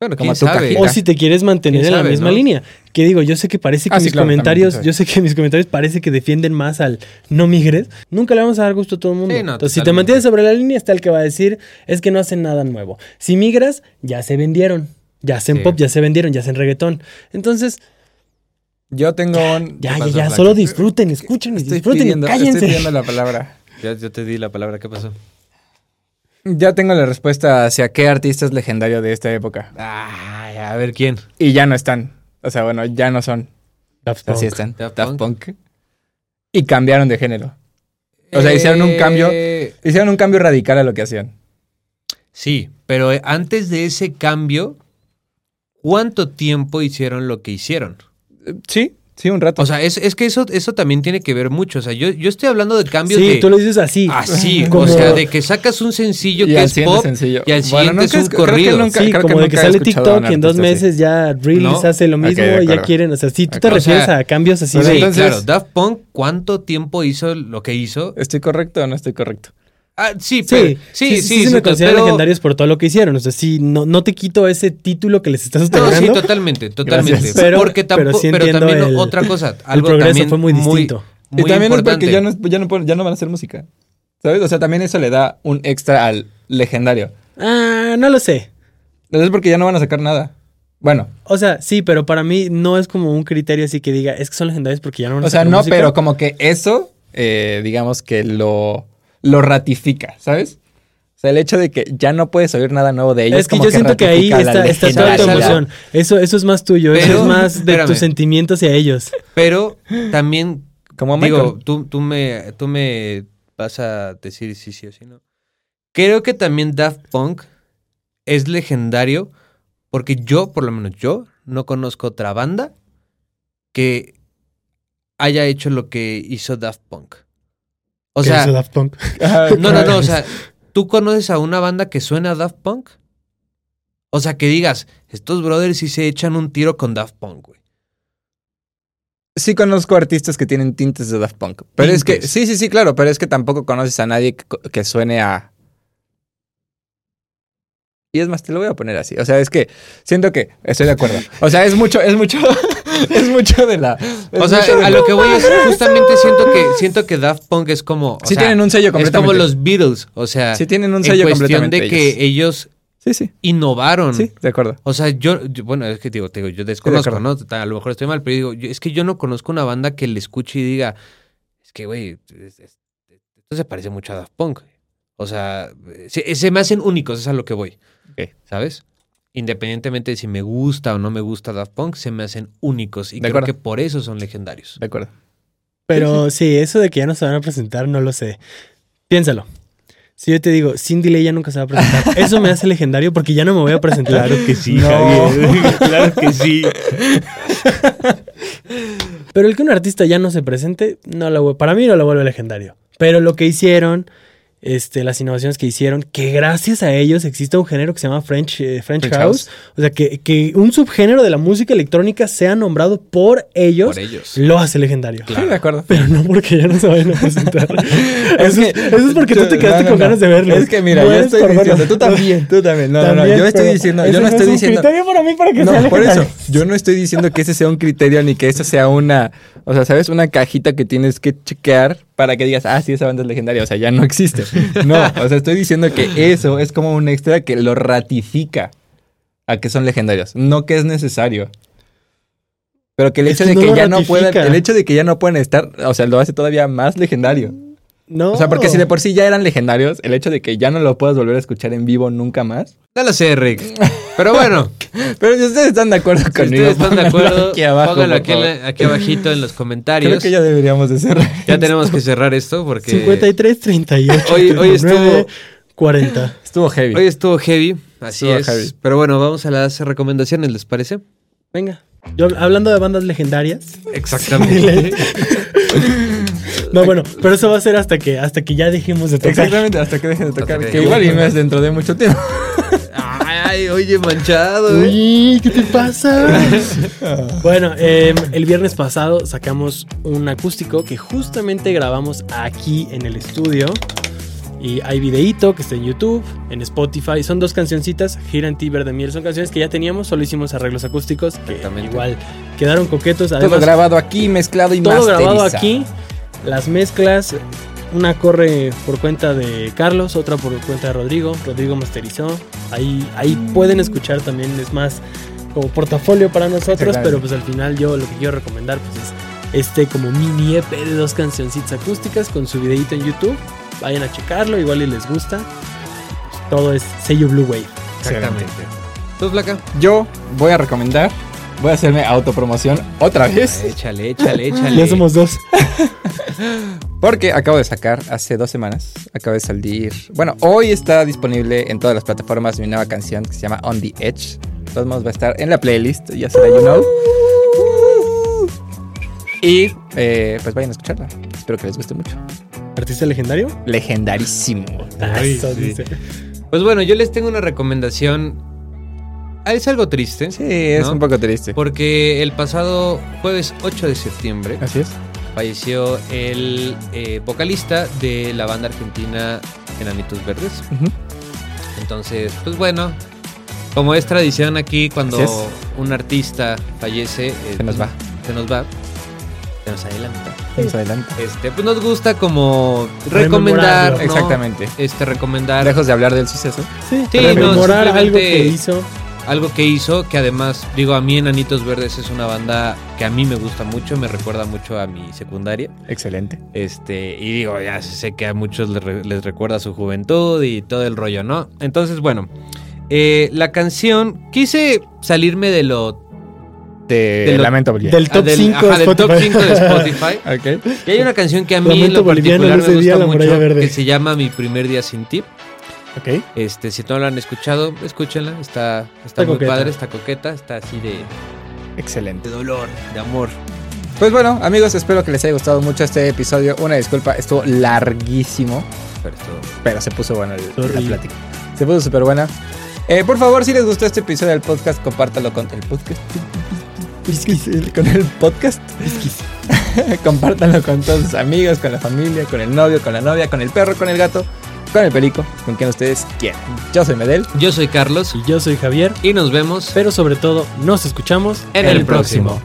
Speaker 1: Bueno, quién
Speaker 2: Como tu
Speaker 1: sabe.
Speaker 2: cajita.
Speaker 3: O si te quieres mantener
Speaker 1: ¿Quién
Speaker 3: en la
Speaker 1: sabe,
Speaker 3: misma
Speaker 1: no?
Speaker 3: línea. Que digo, yo sé que parece que
Speaker 2: Ah, sí,
Speaker 3: mis
Speaker 2: claro, también,
Speaker 3: comentarios,
Speaker 2: quién sabe.
Speaker 3: yo sé que mis comentarios parece que defienden más al no migres. Nunca le vamos a dar gusto a todo el mundo.
Speaker 1: Sí, no,
Speaker 3: Entonces, si te
Speaker 1: totalmente.
Speaker 3: mantienes sobre la línea, está el que va a decir, es que no hacen nada nuevo. Si migras, ya se vendieron. Ya hacen
Speaker 1: Sí.
Speaker 3: pop, ya se vendieron, ya hacen reggaetón. Entonces,
Speaker 2: Yo tengo un...
Speaker 3: ya,
Speaker 2: ¿Qué
Speaker 3: ya,
Speaker 2: pasó,
Speaker 3: ya,
Speaker 2: Blanca?
Speaker 3: solo disfruten, escuchen y
Speaker 2: Estoy
Speaker 3: disfruten
Speaker 2: pidiendo,
Speaker 3: y
Speaker 2: Estoy
Speaker 3: cállense.
Speaker 2: pidiendo la palabra.
Speaker 1: Ya, ya te di la palabra, ¿qué pasó?
Speaker 2: Ya tengo la respuesta hacia qué artista es legendario de esta época.
Speaker 1: Ay, a ver quién.
Speaker 2: Y ya no están. O sea, bueno, ya no son.
Speaker 3: Daft
Speaker 2: O sea, sí
Speaker 3: Punk.
Speaker 2: están.
Speaker 1: Daft
Speaker 2: Punk. Y cambiaron de género. O sea, hicieron un cambio.
Speaker 1: Eh,
Speaker 2: Hicieron un cambio radical a lo que hacían.
Speaker 1: Sí, pero eh, antes de ese cambio, ¿cuánto tiempo hicieron lo que hicieron?
Speaker 2: Sí, sí, un rato.
Speaker 1: O sea, es, es que eso, eso también tiene que ver mucho. O sea, yo, yo estoy hablando de cambios
Speaker 3: Sí,
Speaker 1: de...
Speaker 3: tú lo dices así.
Speaker 1: Así,
Speaker 3: Como-
Speaker 1: o sea, de que sacas un sencillo que
Speaker 2: al
Speaker 1: es
Speaker 2: siguiente
Speaker 1: pop
Speaker 2: sencillo.
Speaker 1: y al siguiente
Speaker 2: nunca
Speaker 1: es un
Speaker 2: creo que
Speaker 1: corrido.
Speaker 2: nunca-
Speaker 3: Sí,
Speaker 2: creo
Speaker 3: como de que
Speaker 2: nunca he
Speaker 3: sale
Speaker 2: escuchado a un
Speaker 3: TikTok y en dos
Speaker 2: artista así.
Speaker 3: meses ya Reels
Speaker 1: No.
Speaker 3: hace lo
Speaker 2: Ok,
Speaker 3: mismo
Speaker 2: de
Speaker 3: y ya
Speaker 2: acuerdo.
Speaker 3: quieren, o sea, sí, tú te
Speaker 2: Ok. O sea,
Speaker 3: refieres a cambios así
Speaker 2: pero
Speaker 3: de...
Speaker 1: Sí,
Speaker 2: entonces-
Speaker 1: claro. Daft Punk, ¿cuánto tiempo hizo lo que hizo?
Speaker 2: ¿Estoy correcto o no estoy correcto?
Speaker 1: Ah, sí,
Speaker 3: Sí,
Speaker 1: pero- sí, sí,
Speaker 3: se me
Speaker 1: total-
Speaker 3: consideran
Speaker 1: pero-
Speaker 3: legendarios por todo lo que hicieron. O sea, sí, no, no te quito ese título que les estás
Speaker 1: No,
Speaker 3: otorgando.
Speaker 1: sí, totalmente, totalmente.
Speaker 3: Gracias. Pero-
Speaker 1: Porque
Speaker 3: pero
Speaker 1: tampoco,
Speaker 3: sí
Speaker 1: pero,
Speaker 3: entiendo
Speaker 1: también
Speaker 3: el-
Speaker 1: otra cosa,
Speaker 3: el
Speaker 1: algo
Speaker 3: progreso
Speaker 1: también
Speaker 3: fue muy distinto.
Speaker 2: Y
Speaker 1: muy
Speaker 2: también es
Speaker 1: importante.
Speaker 2: porque ya no, ya, no, pon- ya no van a hacer música. ¿Sabes? O sea, también eso le da un extra al legendario.
Speaker 3: Ah, no lo sé.
Speaker 2: Es porque ya no van a sacar nada. Bueno,
Speaker 3: O sea, sí, pero para mí no es como un criterio así que diga, es que son legendarios porque ya no van a
Speaker 2: o sea,
Speaker 3: sacar
Speaker 2: no,
Speaker 3: música".
Speaker 2: pero como que eso, eh, digamos que lo, lo ratifica, ¿sabes? O sea, el hecho de que ya no puedes oír nada nuevo de ellos.
Speaker 3: Es que
Speaker 2: como
Speaker 3: yo siento que ahí
Speaker 2: ratifica la
Speaker 3: está, está toda tu
Speaker 1: legendaria.
Speaker 3: emoción. Eso, eso es más tuyo, eso
Speaker 1: Pero-
Speaker 3: es más de
Speaker 1: espérame.
Speaker 3: tus sentimientos hacia ellos.
Speaker 1: Pero también,
Speaker 2: Como
Speaker 1: digo,
Speaker 2: Michael.
Speaker 1: tú, tú, me, tú me vas a decir sí, sí o sí, ¿no? Creo que también Daft Punk es legendario porque yo, por lo menos yo, no conozco otra banda que haya hecho lo que hizo Daft Punk. O
Speaker 3: Que
Speaker 1: sea,
Speaker 3: eso Daft Punk.
Speaker 2: Ajá,
Speaker 1: No, no, no, o sea, ¿tú conoces a una banda que suena a Daft Punk? O sea, que digas, estos brothers sí se echan un tiro con Daft Punk, güey.
Speaker 2: Sí conozco artistas que tienen tintes de Daft Punk. Pero es que,
Speaker 1: Tintes.
Speaker 2: sí, sí, sí, claro, pero es que tampoco conoces a nadie que, co- que suene a... Y es más, te lo voy a poner así. O sea, es que siento que estoy de acuerdo. O sea, es mucho, es mucho, es mucho de la... es
Speaker 1: O sea,
Speaker 2: mucho de
Speaker 1: a
Speaker 2: la-
Speaker 1: lo que voy es justamente siento que siento que Daft Punk es como, o
Speaker 2: Sí
Speaker 1: sea,
Speaker 2: tienen un sello
Speaker 1: es
Speaker 2: completamente.
Speaker 1: como los Beatles, o sea,
Speaker 2: Sí tienen un sello
Speaker 1: en cuestión
Speaker 2: completamente
Speaker 1: de que ellos,
Speaker 2: Sí, sí,
Speaker 1: innovaron.
Speaker 2: sí, de acuerdo.
Speaker 1: O sea, yo, yo- bueno, es que digo, te digo, yo desconozco,
Speaker 2: acuerdo.
Speaker 1: ¿no? Tal- A lo mejor estoy mal, pero digo, yo- es que yo no conozco una banda que le escuche y diga, es que, güey, es- es- esto se parece mucho a Daft Punk. O sea, se, se me hacen únicos, es a lo que voy.
Speaker 2: Ok.
Speaker 1: ¿Sabes? Independientemente de si me gusta o no me gusta Daft Punk, se me hacen únicos. Y
Speaker 2: De
Speaker 1: creo
Speaker 2: acuerdo.
Speaker 1: que por eso son legendarios.
Speaker 2: De acuerdo.
Speaker 3: Pero sí, eso de que ya no se van a presentar, no lo sé. Piénsalo. Si yo te digo, Cindy Ley ya nunca se va a presentar, eso me hace legendario porque ya no me voy a presentar.
Speaker 1: que sí,
Speaker 2: No. Javier,
Speaker 1: claro que sí.
Speaker 3: Pero el que un artista ya no se presente, no lo, vu- para mí no lo vuelve legendario. Pero lo que hicieron, este, las innovaciones que hicieron, que gracias a ellos existe un género que se llama French, eh, French
Speaker 2: French
Speaker 3: House. O sea, que, que un subgénero de la música electrónica sea nombrado por ellos,
Speaker 1: Por ellos.
Speaker 3: lo hace legendario.
Speaker 2: Sí, de acuerdo.
Speaker 3: Pero no porque ya no se vayan a presentar. eso, es, eso es porque tú te quedaste
Speaker 2: No, no,
Speaker 3: con
Speaker 2: no.
Speaker 3: ganas de verlo.
Speaker 2: Es que mira, yo
Speaker 3: Mueres
Speaker 2: estoy
Speaker 3: por verlo.
Speaker 2: diciendo, tú también, tú también. No, no, no,
Speaker 3: También,
Speaker 2: yo estoy
Speaker 3: pero
Speaker 2: diciendo,
Speaker 3: ese
Speaker 2: yo no
Speaker 3: es
Speaker 2: estoy
Speaker 3: un
Speaker 2: diciendo...
Speaker 3: criterio para mí para que sea
Speaker 2: No, por
Speaker 3: legendario.
Speaker 2: eso. Yo no estoy diciendo que ese sea un criterio ni que esa sea una, o sea, sabes, una cajita que tienes que chequear para que digas, ah, sí, esa banda es legendaria, o sea, ya no existe. No, o sea, estoy diciendo que eso es como un extra que lo ratifica a que son legendarios, no que es necesario. Pero que el
Speaker 3: Es
Speaker 2: hecho
Speaker 3: que
Speaker 2: de
Speaker 3: no
Speaker 2: que
Speaker 3: lo
Speaker 2: ya no
Speaker 3: ratifica.
Speaker 2: puedan, el hecho de que ya no puedan estar, o sea, lo hace todavía más legendario.
Speaker 3: No.
Speaker 2: O sea, porque si de por sí ya eran legendarios, el hecho de que ya no lo puedas volver a escuchar en vivo nunca más.
Speaker 1: No lo sé, Rick. Pero bueno.
Speaker 2: Pero si ustedes están de acuerdo
Speaker 1: Si
Speaker 2: conmigo,
Speaker 1: ustedes están de
Speaker 2: pónganlo
Speaker 1: acuerdo,
Speaker 2: aquí abajo,
Speaker 1: pónganlo
Speaker 2: por
Speaker 1: aquí,
Speaker 2: favor.
Speaker 1: en la- aquí abajito en los comentarios.
Speaker 2: Creo que ya deberíamos de cerrar.
Speaker 1: Ya tenemos que cerrar esto porque
Speaker 3: 53, 38.
Speaker 1: Hoy- hoy
Speaker 3: 39,
Speaker 1: estuvo-
Speaker 3: 40.
Speaker 2: Estuvo heavy.
Speaker 1: hoy estuvo heavy, así
Speaker 2: Estuvo
Speaker 1: es.
Speaker 2: heavy.
Speaker 1: Pero bueno, vamos a las recomendaciones, ¿les parece?
Speaker 3: Venga. Yo, hablando de bandas legendarias.
Speaker 1: Exactamente.
Speaker 3: No, bueno, pero eso va a ser hasta que, hasta que ya dejemos de tocar.
Speaker 2: Exactamente, hasta que dejen de tocar.
Speaker 1: que
Speaker 2: que
Speaker 1: dejen de
Speaker 2: igual y
Speaker 1: tocar.
Speaker 2: no es dentro de mucho tiempo.
Speaker 1: Ay, oye, manchado. ¿eh?
Speaker 3: Uy, ¿qué te pasa? bueno, eh, el viernes pasado sacamos un acústico que justamente grabamos aquí en el estudio. Y hay videíto que está en YouTube, en Spotify. Son dos cancioncitas, Gira en ti, Verde Miel. Son canciones que ya teníamos, solo hicimos arreglos acústicos. Que
Speaker 1: Exactamente.
Speaker 3: igual quedaron coquetos.
Speaker 2: todo
Speaker 3: Además,
Speaker 2: grabado aquí, mezclado y
Speaker 3: todo grabado
Speaker 2: masterizado.
Speaker 3: aquí. Las mezclas, una corre por cuenta de Carlos, otra por cuenta de Rodrigo. Rodrigo masterizó. Ahí, ahí pueden escuchar también, es más como portafolio para nosotros,
Speaker 2: Exactamente.
Speaker 3: pero pues al final yo lo que quiero recomendar pues es este como mini EP de dos cancioncitas acústicas con su videito en YouTube. Vayan a checarlo, igual y les gusta. Pues, todo es sello Blue Wave.
Speaker 1: Exactamente. ¿Tú, Flaca?
Speaker 2: Yo voy a recomendar, voy a hacerme autopromoción otra vez.
Speaker 1: Échale, échale, échale.
Speaker 3: Ya somos dos.
Speaker 2: Porque acabo de sacar hace dos semanas, acabo de salir. Bueno, hoy está disponible en todas las plataformas mi nueva canción que se llama On the Edge. De todos modos va a estar en la playlist, ya será you know. Y eh, pues vayan a escucharla. Espero que les guste mucho.
Speaker 3: Artista legendario.
Speaker 2: Legendarísimo.
Speaker 1: Ay,
Speaker 3: Eso
Speaker 1: sí.
Speaker 3: dice.
Speaker 1: Pues bueno, yo les tengo una recomendación. Ah, Es algo triste.
Speaker 2: Sí, es
Speaker 1: ¿no?
Speaker 2: un poco triste.
Speaker 1: Porque el pasado jueves 8 de septiembre
Speaker 2: Ah. Así es.
Speaker 1: falleció el eh, vocalista de la banda argentina Enanitos Verdes. Entonces, pues bueno, como es tradición aquí, cuando
Speaker 2: Así es.
Speaker 1: un artista fallece, eh,
Speaker 2: Se nos
Speaker 1: pues,
Speaker 2: va.
Speaker 1: Se nos va. Se nos adelanta.
Speaker 2: Vamos adelante.
Speaker 1: Este, pues nos gusta como recomendar.
Speaker 3: Rememorarlo.
Speaker 1: ¿no?
Speaker 2: Exactamente.
Speaker 1: Este, recomendar
Speaker 2: Lejos de hablar del suceso.
Speaker 3: Sí,
Speaker 1: Sí,
Speaker 3: rememorar
Speaker 1: no, simplemente-
Speaker 3: algo que hizo.
Speaker 1: algo que hizo, que además, digo, a mí Enanitos Verdes es una banda que a mí me gusta mucho, me recuerda mucho a mi secundaria.
Speaker 2: Excelente.
Speaker 1: Este, y digo, ya sé que a muchos les, re- les recuerda su juventud y todo el rollo, ¿no? Entonces, bueno, eh, la canción, quise salirme de lo...
Speaker 2: De,
Speaker 1: De lo-
Speaker 2: Lamento Boliviano.
Speaker 3: Del top
Speaker 1: ah, del-
Speaker 3: 5 de
Speaker 1: ajá, del
Speaker 3: Spotify.
Speaker 1: top 5 de Spotify.
Speaker 2: Ok.
Speaker 1: Y hay una canción que a mí en
Speaker 3: Lamento
Speaker 1: lo
Speaker 3: boliviano,
Speaker 1: particular
Speaker 3: ese
Speaker 1: me
Speaker 3: día
Speaker 1: gusta
Speaker 3: la muralla
Speaker 1: mucho,
Speaker 3: verde.
Speaker 1: que se llama Mi Primer Día Sin Ti.
Speaker 3: Ok.
Speaker 1: Este, si no la han escuchado, escúchenla, está, está,
Speaker 3: Está
Speaker 1: muy
Speaker 3: coqueta.
Speaker 1: padre, está coqueta, está así de,
Speaker 2: Excelente.
Speaker 1: de dolor, de amor.
Speaker 2: Pues bueno, amigos, espero que les haya gustado mucho este episodio. Una disculpa, estuvo larguísimo.
Speaker 1: Pero esto-
Speaker 2: pero se puso buena el- la
Speaker 3: Sorry.
Speaker 2: plática. Se puso súper buena. Eh, por favor, si les gustó este episodio del podcast, compártalo con el podcast. Con el podcast. compártalo con todos sus amigos, con la familia, con el novio, con la novia, con el perro, con el gato, con el perico, con quien ustedes quieran. Yo soy Medel.
Speaker 1: Yo soy Carlos
Speaker 3: Y yo soy Javier,
Speaker 1: y nos vemos
Speaker 3: pero sobre todo nos escuchamos
Speaker 1: en el próximo.